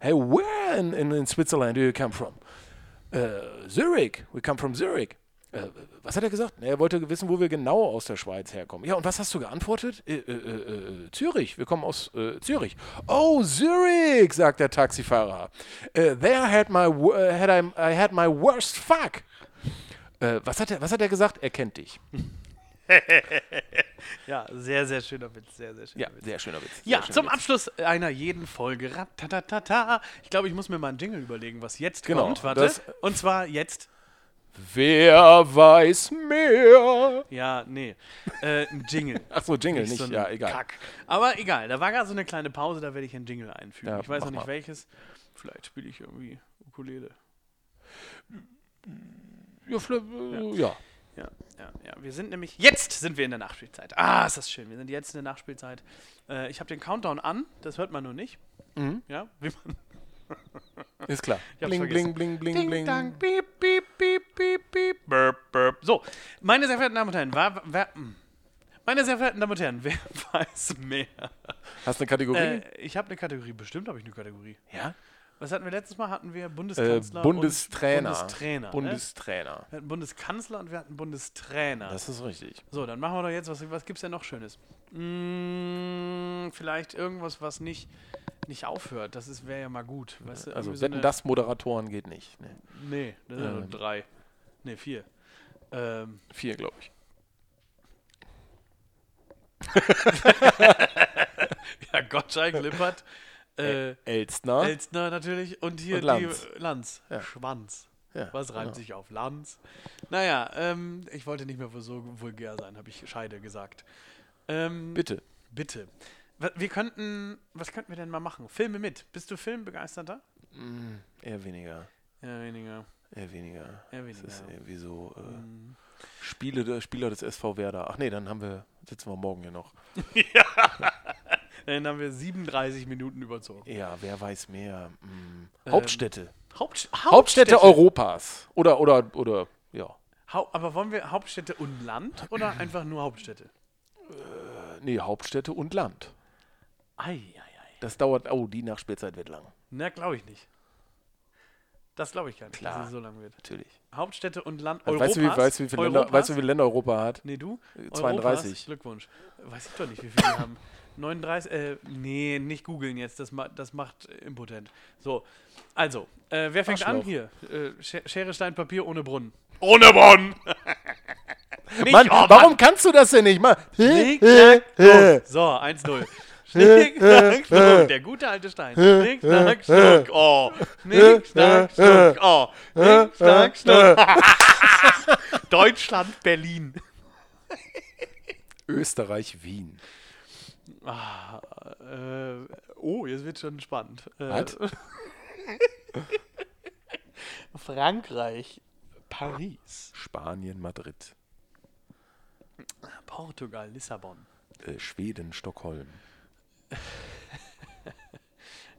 Speaker 3: Hey, where in, in, in Switzerland do you come from? Äh, Zurich. We come from Zurich. Äh, was hat er gesagt? Na, Er wollte wissen, wo wir genau aus der Schweiz herkommen. Ja, und was hast du geantwortet? Äh, äh, äh, äh, Zürich. Wir kommen aus äh, Zürich. Oh, Zurich, sagt der Taxifahrer. Äh, there had my wo- äh, had I, I had my worst fuck. Äh, was, hat er, was hat er gesagt? Er kennt dich.
Speaker 2: Ja, sehr, sehr schöner Witz, sehr, sehr schöner
Speaker 3: Ja,
Speaker 2: Witz.
Speaker 3: sehr schöner Witz.
Speaker 2: Ja,
Speaker 3: sehr schöner
Speaker 2: zum
Speaker 3: Witz.
Speaker 2: Abschluss einer jeden Folge. Ratatatata. Ich glaube, ich muss mir mal einen Jingle überlegen, was jetzt
Speaker 3: Genau,
Speaker 2: kommt. Warte.
Speaker 3: das-
Speaker 2: und zwar jetzt.
Speaker 3: Wer weiß mehr?
Speaker 2: Ja, nee. Äh, ein Jingle.
Speaker 3: Achso, *laughs* Jingle, nicht.
Speaker 2: so ein
Speaker 3: ja, egal.
Speaker 2: Kack. Aber egal, da war gerade so eine kleine Pause, da werde ich einen Jingle einfügen.
Speaker 3: Ja,
Speaker 2: ich weiß
Speaker 3: mach
Speaker 2: noch nicht
Speaker 3: mal.
Speaker 2: welches. Vielleicht spiele ich irgendwie Ukulele.
Speaker 3: Ja, vielleicht, äh, ja.
Speaker 2: Ja, ja, ja. Wir sind nämlich, jetzt sind wir in der Nachspielzeit. Ah, ist das schön. Wir sind jetzt in der Nachspielzeit. Äh, ich habe den Countdown an, das hört man nur nicht.
Speaker 3: Mhm.
Speaker 2: Ja, wie man, *laughs*
Speaker 3: Ist klar.
Speaker 2: hab's
Speaker 3: Bling,
Speaker 2: vergessen.
Speaker 3: bling, bling, bling,
Speaker 2: Ding,
Speaker 3: bling.
Speaker 2: dang, piep, piep, piep, piep, piep, burp, burp. So, meine sehr verehrten Damen und Herren, war, wer, hm. meine sehr verehrten Damen und Herren, wer *laughs* weiß mehr?
Speaker 3: Hast du eine Kategorie?
Speaker 2: Äh, ich habe eine Kategorie, bestimmt habe ich eine Kategorie.
Speaker 3: ja.
Speaker 2: Was hatten wir letztes Mal? Hatten wir
Speaker 3: Äh,
Speaker 2: Bundeskanzler
Speaker 3: Bundestrainer.
Speaker 2: und Bundestrainer. ne?
Speaker 3: Bundestrainer.
Speaker 2: Wir hatten Bundeskanzler und wir hatten Bundestrainer.
Speaker 3: Das ist richtig.
Speaker 2: So, dann machen wir doch jetzt, was, was gibt's denn noch Schönes? Mm, vielleicht irgendwas, was nicht, nicht aufhört. Das wäre ja mal gut. Weißt du, irgendwie
Speaker 3: Also,
Speaker 2: so
Speaker 3: wenn
Speaker 2: eine-
Speaker 3: das Ähm. Moderatoren geht nicht. Nee.
Speaker 2: Nee, das sind nur drei. Nee, vier.
Speaker 3: *laughs*
Speaker 2: Ähm,
Speaker 3: Vier, glaube ich.
Speaker 2: ja, Gottschalk, Lippert, äh,
Speaker 3: Elstner.
Speaker 2: Elstner natürlich und hier
Speaker 3: Und Lanz.
Speaker 2: die Lanz.
Speaker 3: Ja.
Speaker 2: Schwanz.
Speaker 3: Ja,
Speaker 2: was reimt
Speaker 3: genau.
Speaker 2: sich auf Lanz? Naja, ähm, ich wollte nicht mehr so vulgär sein, habe ich Scheide gesagt. Ähm,
Speaker 3: Bitte.
Speaker 2: Bitte. Wa- Wir könnten, was könnten wir denn mal machen? Filme mit. Bist du filmbegeisterter?
Speaker 3: Eher weniger.
Speaker 2: Ja, weniger.
Speaker 3: Eher weniger.
Speaker 2: Eher
Speaker 3: Das ist
Speaker 2: weniger. Mhm.
Speaker 3: irgendwie so. Äh, Spiele der, Spieler des SV Werder. Ach nee, dann haben wir, sitzen wir morgen hier noch.
Speaker 2: Dann haben wir 37 Minuten überzogen.
Speaker 3: Ja, wer weiß mehr. Hm.
Speaker 2: Ähm.
Speaker 3: Hauptstädte.
Speaker 2: Haupt,
Speaker 3: Hauptstädte. Europas. Oder, oder, oder, ja.
Speaker 2: Hau, aber wollen wir Hauptstädte und Land
Speaker 3: *clears throat*
Speaker 2: oder einfach nur Hauptstädte?
Speaker 3: Nee, Hauptstädte und Land.
Speaker 2: Ei, ei, ei.
Speaker 3: Das dauert, oh, die Nachspielzeit wird lang.
Speaker 2: Na, glaube ich nicht. Das glaube ich gar nicht,
Speaker 3: Klar.
Speaker 2: dass es so lang wird.
Speaker 3: Natürlich.
Speaker 2: Hauptstädte und Land
Speaker 3: Weißt du, wie, weißt, du, wie viele Länder,
Speaker 2: Europas?
Speaker 3: weißt du, wie viele Länder Europa hat?
Speaker 2: Nee, du?
Speaker 3: Äh, 32.
Speaker 2: Europas? Glückwunsch. Weiß ich doch nicht, wie viele wir haben. 39, äh, nee, nicht googeln jetzt, das, ma das macht äh, impotent. So, also, äh, wer fängt an
Speaker 3: Arschloch.
Speaker 2: hier? Äh, Sch- Schere, Stein, Papier ohne Brunnen.
Speaker 3: Ohne Bonn!
Speaker 2: Nicht,
Speaker 3: Mann,
Speaker 2: oh, Mann.
Speaker 3: warum kannst du das denn nicht mal?
Speaker 2: Schnick, schnack, schnuck. So, 1-0. Schnick, schnack, schnuck. Der gute alte Stein. Schnick, schnack, schnuck. Oh. Schnick, schnack, schnuck. Oh. Schnick, schnack, schnuck. Deutschland, Berlin.
Speaker 3: Österreich, Wien.
Speaker 2: Äh, oh, jetzt wird schon spannend. Äh,
Speaker 3: Was?
Speaker 2: *laughs* Frankreich, Paris,
Speaker 3: Spanien, Madrid.
Speaker 2: Portugal, Lissabon.
Speaker 3: Äh, Schweden, Stockholm.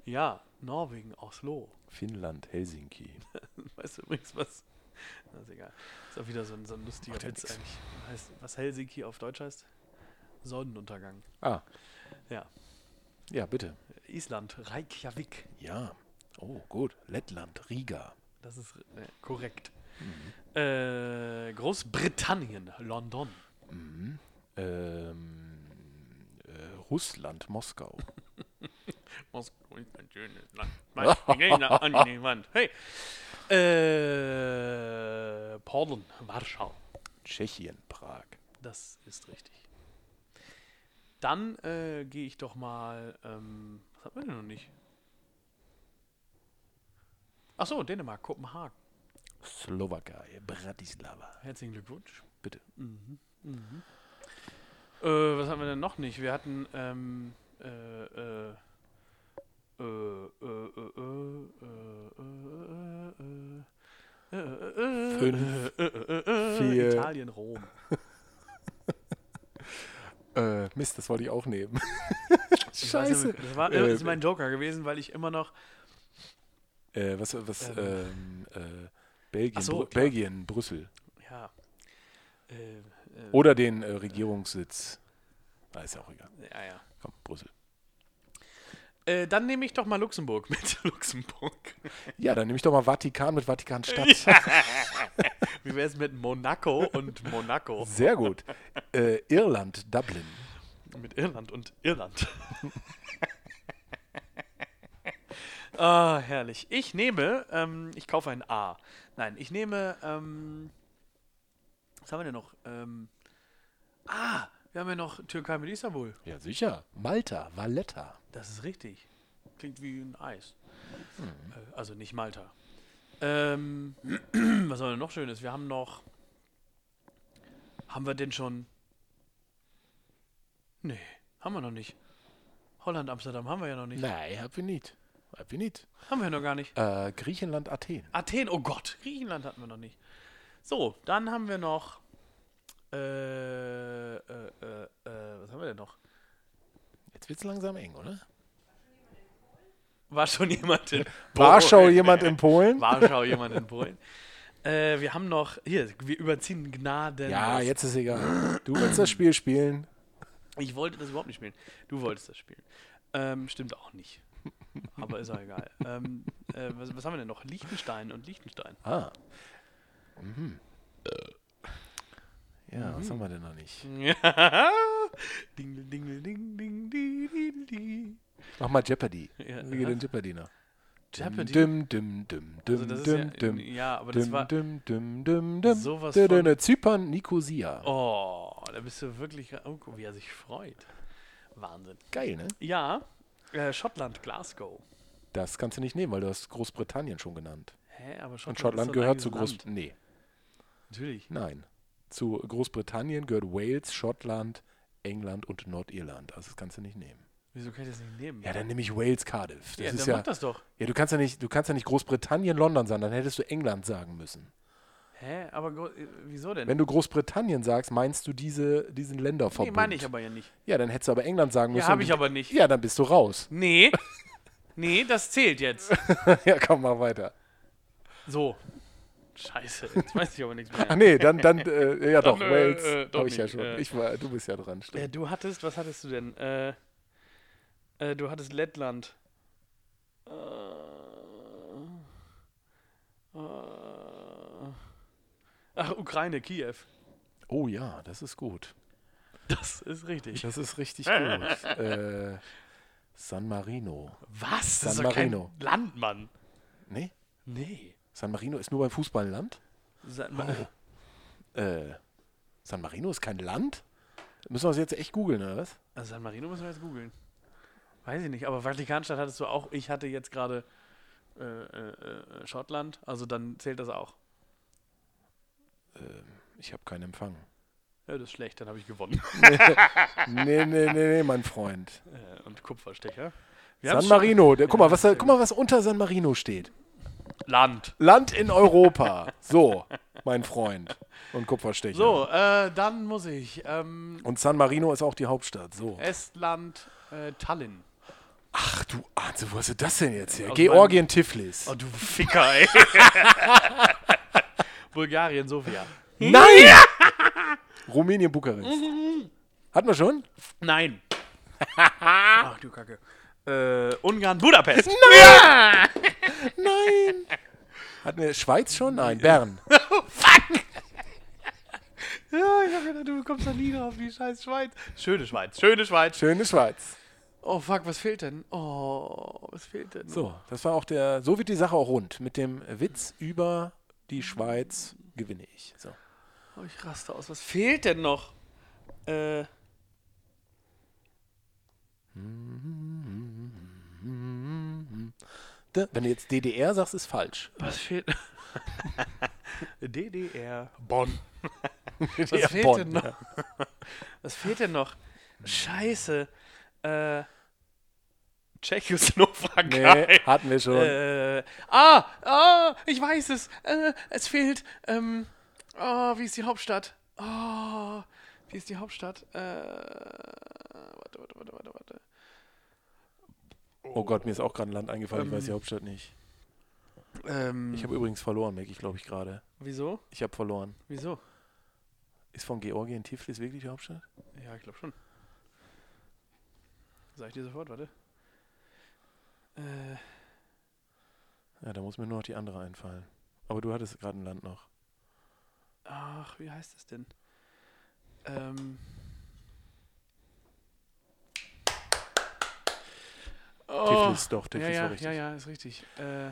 Speaker 2: Ja, Norwegen, Oslo.
Speaker 3: Finnland, Helsinki.
Speaker 2: *laughs* Weißt du übrigens was? Na, ist egal. Ist auch wieder so ein, so ein lustiger
Speaker 3: Macht ja
Speaker 2: Witz
Speaker 3: nix.
Speaker 2: eigentlich. Heißt, was Helsinki auf Deutsch heißt? Sonnenuntergang.
Speaker 3: Ah,
Speaker 2: Ja.
Speaker 3: ja, bitte.
Speaker 2: Island, Reykjavik.
Speaker 3: Ja. Oh, gut. Lettland, Riga.
Speaker 2: Das ist äh, korrekt.
Speaker 3: Mhm.
Speaker 2: Äh, Großbritannien, London.
Speaker 3: Ähm, äh, Russland,
Speaker 2: *laughs*
Speaker 3: Moskau.
Speaker 2: Moskau ist ein schönes Land. Mein
Speaker 3: *laughs*
Speaker 2: Gegner an die Wand. Hey. Äh, Polen, Warschau.
Speaker 3: Tschechien, Prag.
Speaker 2: Das ist richtig. Dann äh, gehe ich doch mal. Ähm, was haben wir denn noch nicht? Achso, Dänemark, Kopenhagen.
Speaker 3: Slowakei, Bratislava.
Speaker 2: Herzlichen Glückwunsch.
Speaker 3: Bitte.
Speaker 2: Äh, was haben wir denn noch nicht? Wir hatten. Ähm, äh, äh, äh, äh, äh, äh, äh, äh, äh, äh, äh, äh,
Speaker 3: Fünf.
Speaker 2: äh, äh, äh,
Speaker 3: vier.
Speaker 2: Italien, Rom.
Speaker 3: Äh, Mist, das wollte ich
Speaker 2: *laughs*
Speaker 3: auch nehmen.
Speaker 2: Ich weiß
Speaker 3: Scheiße.
Speaker 2: nicht, Das war
Speaker 3: Äh,
Speaker 2: das ist mein Joker gewesen, weil ich immer noch.
Speaker 3: Äh, was, was, ähm, äh, Belgien,
Speaker 2: Ach so,
Speaker 3: Bru-
Speaker 2: klar.
Speaker 3: Belgien, Brüssel.
Speaker 2: Ja. Äh, äh,
Speaker 3: Oder den äh, Regierungssitz. Ah, ist ja auch egal.
Speaker 2: ja, ja.
Speaker 3: Komm, Brüssel.
Speaker 2: Äh, dann nehme ich doch mal Luxemburg *laughs* mit. Luxemburg.
Speaker 3: Ja, dann nehme ich doch mal Vatikan mit Vatikanstadt.
Speaker 2: *laughs* Wie wäre es mit Monaco und Monaco?
Speaker 3: Sehr gut. Äh, Irland, Dublin.
Speaker 2: Mit Irland und Irland. *laughs* Ah, herrlich. Ich nehme, ähm, ich kaufe ein A. Nein, ich nehme, ähm, was haben wir denn noch? Ähm, ah, wir haben ja noch Türkei mit Istanbul.
Speaker 3: Ja, sicher. Malta, Valletta.
Speaker 2: Das ist richtig. Klingt wie ein Eis. Äh, Also nicht Malta. Ähm, *clears throat* was haben wir denn noch Schönes? Wir haben noch. Haben wir denn schon. Nee, haben wir noch nicht. Holland, Amsterdam haben wir ja noch nicht.
Speaker 3: Nein, hab ich nicht. Hab ich nicht.
Speaker 2: Haben wir ja noch gar nicht.
Speaker 3: Äh, Griechenland, Athen.
Speaker 2: Athen, oh Gott, Griechenland hatten wir noch nicht. So, dann haben wir noch. Äh, äh, äh, äh, was haben wir denn noch?
Speaker 3: Jetzt wird's langsam eng, oder?
Speaker 2: War schon jemand in
Speaker 3: Warschau,
Speaker 2: Polen?
Speaker 3: jemand in Polen?
Speaker 2: Warschau jemand in Polen. Äh, wir haben noch, hier, wir überziehen Gnaden.
Speaker 3: Ja, jetzt ist egal. Du willst das Spiel spielen.
Speaker 2: Ich wollte das überhaupt nicht spielen. Du wolltest das spielen. Ähm, stimmt auch nicht. Aber ist auch egal. Ähm, äh, was, was haben wir denn noch? Liechtenstein und
Speaker 3: *laughs*
Speaker 2: Liechtenstein.
Speaker 3: Ah.
Speaker 2: Äh.
Speaker 3: Mhm. Ja, was haben wir denn noch nicht?
Speaker 2: Dingel, dingel, ding, ding, di, di, di.
Speaker 3: Mach mal Jeopardy.
Speaker 2: Ja,
Speaker 3: Wie geht
Speaker 2: aha.
Speaker 3: denn Jeopardy noch?
Speaker 2: Jeopardy?
Speaker 3: Düm, düm, düm, düm,
Speaker 2: Also das ist ja-
Speaker 3: düm, düm.
Speaker 2: ja, aber das
Speaker 3: düm,
Speaker 2: war-
Speaker 3: Düm, düm, düm, düm.
Speaker 2: Sowas
Speaker 3: Dö, dö,
Speaker 2: von-
Speaker 3: dö. Zypern, Nikosia.
Speaker 2: Oh, da bist du wirklich. Oh, guck, wie er sich freut. Wahnsinn.
Speaker 3: Geil, ne?
Speaker 2: Ja, äh, Schottland, Glasgow.
Speaker 3: Das kannst du nicht nehmen, weil du hast Großbritannien schon genannt.
Speaker 2: Hä, aber Schottland,
Speaker 3: Und
Speaker 2: ist
Speaker 3: Schottland
Speaker 2: doch ein
Speaker 3: gehört zu
Speaker 2: eigenes
Speaker 3: Groß...
Speaker 2: Land.
Speaker 3: Nee,
Speaker 2: Natürlich.
Speaker 3: nein. Zu Großbritannien gehört Wales, Schottland, England und Nordirland. Also das kannst du nicht nehmen.
Speaker 2: Wieso kann ich das nicht nehmen?
Speaker 3: Ja, dann nehme ich Wales, Cardiff. Das
Speaker 2: Ja,
Speaker 3: ist
Speaker 2: dann
Speaker 3: ja,
Speaker 2: mach das doch.
Speaker 3: Ja, du kannst ja nicht, du kannst ja nicht Großbritannien, London sagen, dann hättest du England sagen müssen.
Speaker 2: Hä? Aber gro- äh, wieso denn?
Speaker 3: Wenn du Großbritannien sagst, meinst du diese, diesen Länderverbund.
Speaker 2: nee, meine ich aber ja nicht.
Speaker 3: Ja, dann hättest du aber England sagen müssen.
Speaker 2: hab
Speaker 3: und-
Speaker 2: ich aber nicht.
Speaker 3: Ja, dann bist du raus. *laughs*
Speaker 2: Nee. nee, das zählt jetzt.
Speaker 3: ja, komm mal weiter.
Speaker 2: So. Scheiße, jetzt weiß ich aber nichts mehr.
Speaker 3: *laughs* Ach Ah, nee, dann, dann, äh, ja doch,
Speaker 2: Dann, äh,
Speaker 3: Wales.
Speaker 2: äh, doch
Speaker 3: hab ich ja
Speaker 2: nicht,
Speaker 3: schon.
Speaker 2: äh.
Speaker 3: Ich war, du bist ja dran. stimmt.
Speaker 2: Äh, du hattest, was hattest du denn? Äh, äh, du hattest Lettland. Äh, äh, ach, Ukraine, Kiew.
Speaker 3: Oh ja, das ist gut.
Speaker 2: Das ist richtig.
Speaker 3: Das ist
Speaker 2: *laughs*
Speaker 3: richtig gut. äh, San Marino.
Speaker 2: Was?
Speaker 3: San
Speaker 2: Das ist doch kein
Speaker 3: Marino.
Speaker 2: Land, Mann.
Speaker 3: Nee?
Speaker 2: Nee.
Speaker 3: San Marino ist nur beim Fußball ein Land?
Speaker 2: San Ma-
Speaker 3: Äh, San Marino ist kein Land? Müssen wir das jetzt echt googeln, oder was?
Speaker 2: Also San Marino müssen wir jetzt googeln. Weiß ich nicht, aber Vatikanstadt hattest du auch. Ich hatte jetzt gerade äh, äh, äh, Schottland, also dann zählt das auch.
Speaker 3: Ich habe keinen Empfang.
Speaker 2: Ja, das ist schlecht, dann habe ich *laughs* gewonnen.
Speaker 3: Nee, nee, nee, nee, mein Freund.
Speaker 2: Äh, Und Kupferstecher. Wir
Speaker 3: San
Speaker 2: haben's
Speaker 3: Marino. Der, guck, mal, was, da- guck mal, was unter San Marino steht.
Speaker 2: schon- Land.
Speaker 3: Land in Europa. So, mein Freund. Und Kupferstecher.
Speaker 2: So, äh, dann muss ich. Ähm,
Speaker 3: Und San Marino ist auch die Hauptstadt. So.
Speaker 2: Estland, äh, Tallinn.
Speaker 3: Ach du Arze, wo hast du das denn jetzt her?
Speaker 2: Aus
Speaker 3: Georgien, Tiflis.
Speaker 2: Oh, du Ficker, ey. *laughs* Bulgarien, Sofia.
Speaker 3: Nein! Rumänien, Bukarest.
Speaker 2: Mhm.
Speaker 3: Hatten wir schon?
Speaker 2: *laughs* Nein. Ach du Kacke. Äh, Ungarn, Budapest.
Speaker 3: Nein! Hatten wir Schweiz schon? Nein, Bern.
Speaker 2: Ja, ich hab gedacht, du kommst doch nie drauf, die scheiß Schweiz. Schöne Schweiz, schöne Schweiz.
Speaker 3: Schöne Schweiz.
Speaker 2: Oh fuck, was fehlt denn? Oh, was fehlt denn?
Speaker 3: So, das war auch der. So wird die Sache auch rund. Mit dem Witz über die Schweiz gewinne ich. So.
Speaker 2: Oh, ich raste aus. Was fehlt denn noch? Äh.
Speaker 3: Da- Wenn du jetzt DDR sagst,
Speaker 2: *laughs*
Speaker 3: ist falsch.
Speaker 2: Was
Speaker 3: *laughs*
Speaker 2: fehlt? DDR.
Speaker 3: Bonn.
Speaker 2: Was
Speaker 3: DDR
Speaker 2: fehlt denn
Speaker 3: Bonn.
Speaker 2: noch? *laughs* Was fehlt denn noch? Scheiße. Äh, Tschechoslowakei.
Speaker 3: Nee, hatten wir schon.
Speaker 2: Äh, ah, ah, ich weiß es. Äh, es fehlt. Ähm, oh, wie ist die Hauptstadt? Oh, wie ist die Hauptstadt? Äh, warte, warte, warte, warte, warte.
Speaker 3: Oh Gott, mir ist auch gerade ein Land eingefallen. ich weiß die Hauptstadt nicht.
Speaker 2: Ähm,
Speaker 3: Ich habe übrigens verloren, merke ich, glaube ich, gerade.
Speaker 2: wieso?
Speaker 3: Ich habe verloren.
Speaker 2: Wieso?
Speaker 3: Ist von Georgien Tiflis wirklich die Hauptstadt?
Speaker 2: Ja, ich glaube schon. Sag ich dir sofort, warte. Äh,
Speaker 3: Ja, da muss mir nur noch die andere einfallen. Aber du hattest gerade ein Land noch.
Speaker 2: ach, wie heißt es denn? Ähm. Oh.
Speaker 3: Tiflis, doch,
Speaker 2: Ja,
Speaker 3: Tiflis
Speaker 2: ja,
Speaker 3: war richtig.
Speaker 2: ja, ja, ist richtig. Äh,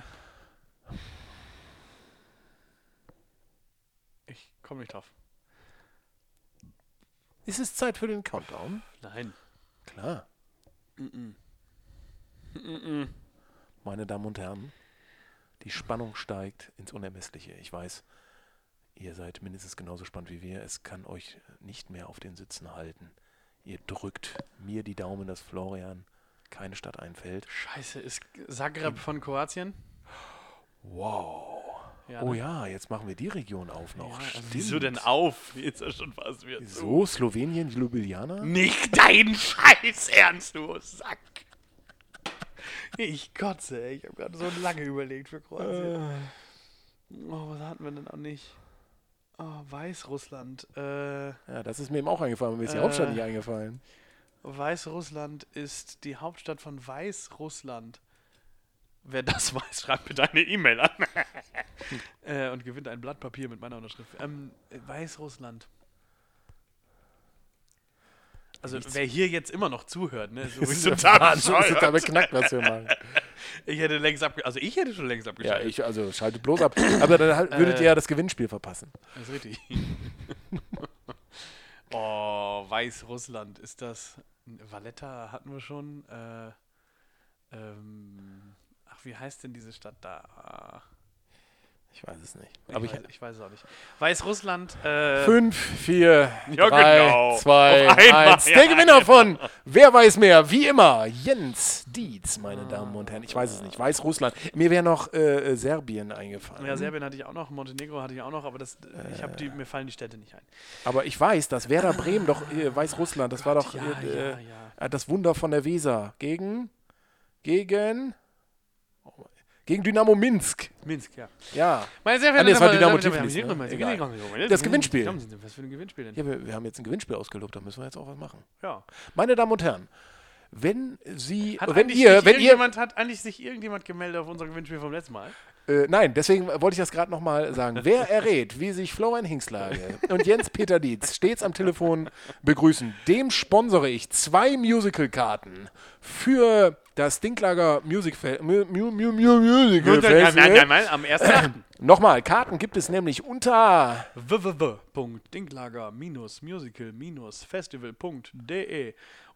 Speaker 2: ich komme nicht drauf.
Speaker 3: Ist es Zeit für den Countdown?
Speaker 2: Nein.
Speaker 3: Klar. Meine Damen und Herren, die Spannung steigt ins Unermessliche. Ich weiß, ihr seid mindestens genauso spannend wie wir. Es kann euch nicht mehr auf den Sitzen halten. Ihr drückt mir die Daumen, dass Florian keine Stadt einfällt.
Speaker 2: Scheiße, ist Zagreb von Kroatien?
Speaker 3: Wow.
Speaker 2: Ja,
Speaker 3: oh
Speaker 2: ne?
Speaker 3: ja, jetzt machen wir die Region auf noch.
Speaker 2: Ja, also
Speaker 3: Stimmt.
Speaker 2: wieso denn auf? Mir ist ja schon fast wieder zu.
Speaker 3: So, Slowenien, Ljubljana?
Speaker 2: Nicht dein Scheiß Ernst, du Sack. *laughs* Ich kotze, ey. ich habe gerade so lange überlegt für Kroatien. Oh, was hatten wir denn auch nicht? Oh, Weißrussland. Äh,
Speaker 3: Ja, das ist mir eben auch eingefallen. aber Mir ist die
Speaker 2: Äh.
Speaker 3: Hauptstadt nicht eingefallen.
Speaker 2: Weißrussland ist die Hauptstadt von Weißrussland. Wer das *laughs* weiß, schreibt bitte eine E-Mail
Speaker 3: *laughs*
Speaker 2: an. äh, und gewinnt ein Blatt Papier mit meiner Unterschrift. Ähm, Weißrussland. Also, wer hier jetzt immer noch zuhört, ne, ist
Speaker 3: *laughs* Das
Speaker 2: übrigens
Speaker 3: ist
Speaker 2: total
Speaker 3: Wahnsinn, das ist
Speaker 2: bescheuert.
Speaker 3: total beknackt, was wir machen.
Speaker 2: Ich hätte längst abge Also ich hätte schon längst
Speaker 3: Ja,
Speaker 2: abgeschaltet.
Speaker 3: ich, also schaltet bloß ab. Aber dann halt,
Speaker 2: Äh.
Speaker 3: würdet ihr ja das Gewinnspiel verpassen.
Speaker 2: Das ist richtig. *laughs* oh, Weißrussland ist das. Valletta hatten wir schon. Äh, ähm, ach, wie heißt denn diese Stadt da? Ah,
Speaker 3: Ich weiß es nicht.
Speaker 2: Ich,
Speaker 3: Aber ich,
Speaker 2: weiß, ich weiß es auch nicht. Weißrussland. Äh,
Speaker 3: fünf, vier,
Speaker 2: Ja,
Speaker 3: drei,
Speaker 2: genau.
Speaker 3: zwei,
Speaker 2: Auf einmal,
Speaker 3: eins.
Speaker 2: ja, genau.
Speaker 3: Der Gewinner von Wer weiß mehr, wie immer, Jens Dietz, meine Damen und Herren. Ich weiß es nicht. Weißrussland. Mir wäre noch äh, äh, Serbien eingefallen.
Speaker 2: ja, Serbien hatte ich auch noch, Montenegro hatte ich auch noch, aber das, ich hab
Speaker 3: Äh.
Speaker 2: die, mir fallen die Städte nicht ein.
Speaker 3: Aber ich weiß, dass Werder Bremen doch äh, Weißrussland, das war doch äh,
Speaker 2: ja,
Speaker 3: äh,
Speaker 2: ja.
Speaker 3: äh, das Wunder von der Weser gegen gegen Oh gegen Dynamo Minsk.
Speaker 2: Minsk, ja.
Speaker 3: Ja.
Speaker 2: Meine sehr
Speaker 3: Ah,
Speaker 2: verehrten
Speaker 3: nee, es war
Speaker 2: Damen und
Speaker 3: Dynamo
Speaker 2: Herren,
Speaker 3: Tiflis, ne?
Speaker 2: Meine sehr
Speaker 3: Egal.
Speaker 2: verehrten Damen und Herren,
Speaker 3: Das Gewinnspiel.
Speaker 2: Was für ein Gewinnspiel denn?
Speaker 3: Ja, wir, wir haben jetzt ein Gewinnspiel ausgelobt, da müssen wir jetzt auch was machen.
Speaker 2: ja.
Speaker 3: Meine Damen und Herren, wenn Sie,
Speaker 2: Hat
Speaker 3: wenn
Speaker 2: eigentlich
Speaker 3: ihr,
Speaker 2: sich
Speaker 3: wenn ihr,
Speaker 2: irgendjemand, hat eigentlich sich irgendjemand gemeldet auf unser Gewinnspiel vom letzten Mal?
Speaker 3: äh, nein, deswegen wollte ich das gerade nochmal sagen.
Speaker 2: *laughs*
Speaker 3: Wer errät, wie sich Florian Hingslage und Jens-Peter Dietz stets am Telefon begrüßen, dem sponsere ich zwei Musical-Karten für das Dinklager Music Fe- Mu- Mu- Mu- Mu- Musical
Speaker 2: nein, nein, nein,
Speaker 3: Festival.
Speaker 2: nein, am
Speaker 3: *clears throat*
Speaker 2: 1.8.
Speaker 3: Nochmal, Karten gibt es nämlich unter
Speaker 2: www.dinklager-musical-festival.de E.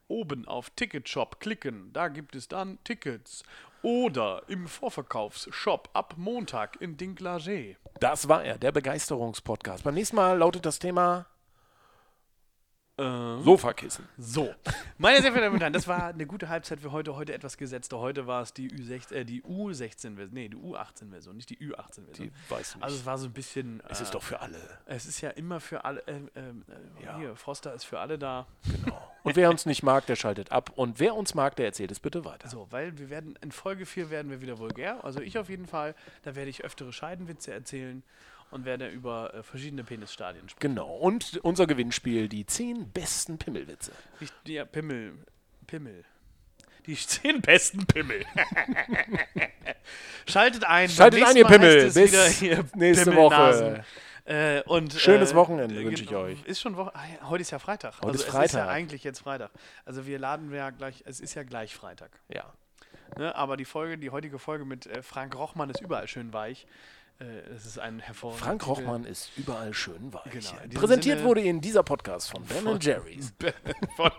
Speaker 2: Oben auf Ticketshop klicken, da gibt es dann Tickets. Oder im Vorverkaufsshop ab Montag in Dinklager.
Speaker 3: Das war er, der Begeisterungspodcast. Beim nächsten Mal lautet das Thema
Speaker 2: Ähm.
Speaker 3: Sofakissen.
Speaker 2: So, meine sehr verehrten Damen und Herren, das war eine gute Halbzeit für heute. Heute etwas gesetzter. Heute war es die U16, äh, die U16-Version, nee, die U18-Version, nicht die U18-Version.
Speaker 3: Die weiß nicht.
Speaker 2: Also es war so ein bisschen...
Speaker 3: Es
Speaker 2: äh,
Speaker 3: ist doch für alle.
Speaker 2: Es ist ja immer für alle. Ähm, ähm, äh,
Speaker 3: Ja.
Speaker 2: Hier, Froster ist für alle da.
Speaker 3: Und wer uns nicht mag, der schaltet ab. Und wer uns mag, der erzählt es bitte weiter.
Speaker 2: So, weil wir werden in Folge 4 werden wir wieder vulgär. Also ich auf jeden Fall. Da werde ich öftere Scheidenwitze erzählen und werde über äh, verschiedene Penisstadien sprechen.
Speaker 3: Genau. Und unser Gewinnspiel, die 10 besten Pimmelwitze.
Speaker 2: Ich, ja, Pimmel. Pimmel. Die *laughs* zehn besten Pimmel. *laughs* Schaltet ein. beim
Speaker 3: Schaltet ein,
Speaker 2: nächsten
Speaker 3: ihr
Speaker 2: Mal
Speaker 3: Pimmel.
Speaker 2: heißt es
Speaker 3: Bis
Speaker 2: wieder, ihr
Speaker 3: *laughs* nächste
Speaker 2: Pimmelnasen.
Speaker 3: Woche.
Speaker 2: Äh, und,
Speaker 3: Schönes
Speaker 2: äh,
Speaker 3: Wochenende
Speaker 2: äh,
Speaker 3: wünsche ich
Speaker 2: genau,
Speaker 3: euch.
Speaker 2: Ist schon Woche ah, ja, heute ist ja Freitag.
Speaker 3: Heute ist
Speaker 2: Es ist ja
Speaker 3: Freitag.
Speaker 2: eigentlich jetzt Freitag. Also wir laden ja gleich, es ist ja gleich Freitag.
Speaker 3: Ja.
Speaker 2: Ne? Aber die Folge, die heutige Folge mit äh, Frank Rochmann ist überall schön weich. Äh, Es ist ein hervorragendes *laughs*
Speaker 3: Frank Rochmann ist überall schön weich.
Speaker 2: Genau, in diesem
Speaker 3: Präsentiert
Speaker 2: Sinne-
Speaker 3: wurde Ihnen dieser Podcast von Ben Jerry's.
Speaker 2: Von,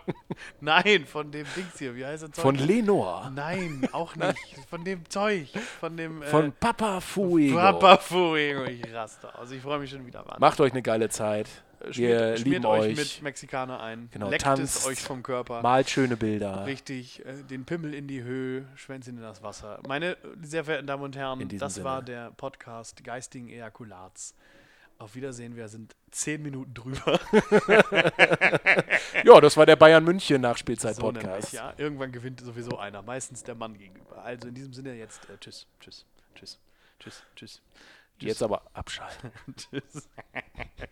Speaker 2: nein, von dem Dings hier. Wie heißt das?
Speaker 3: Von Lenor.
Speaker 2: Nein, auch nicht. Von dem Zeug. Von dem. äh,
Speaker 3: Von Papa Fuego.
Speaker 2: Papa Fuego. Ich raste aus. Ich freue mich schon wieder. Wahnsinn.
Speaker 3: Macht euch eine geile Zeit. Wir lieben
Speaker 2: Äh, euch,
Speaker 3: euch.
Speaker 2: mit Mexikaner ein.
Speaker 3: Genau,
Speaker 2: Leckt es
Speaker 3: tanzt.
Speaker 2: euch vom Körper.
Speaker 3: Malt schöne Bilder.
Speaker 2: Richtig. Äh, den Pimmel in die Höhe, Schwänzchen in das Wasser. Meine sehr verehrten Damen und Herren,
Speaker 3: In diesem
Speaker 2: das
Speaker 3: Sinne.
Speaker 2: war der Podcast Geistigen Ejakulats. Auf Wiedersehen. Wir sind zehn Minuten drüber.
Speaker 3: Ja, das war der Bayern München
Speaker 2: So nämlich,
Speaker 3: Nachspielzeit-Podcast.
Speaker 2: ja. Irgendwann gewinnt sowieso einer, meistens der Mann gegenüber. Also in diesem Sinne jetzt äh, tschüss, tschüss, tschüss, tschüss, tschüss, *laughs*
Speaker 3: Jetzt aber abschalten.
Speaker 2: tschüss,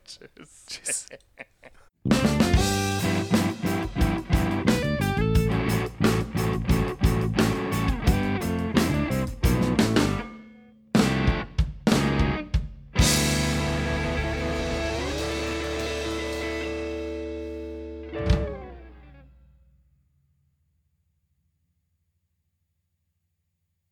Speaker 2: tschüss.
Speaker 3: Tschüss.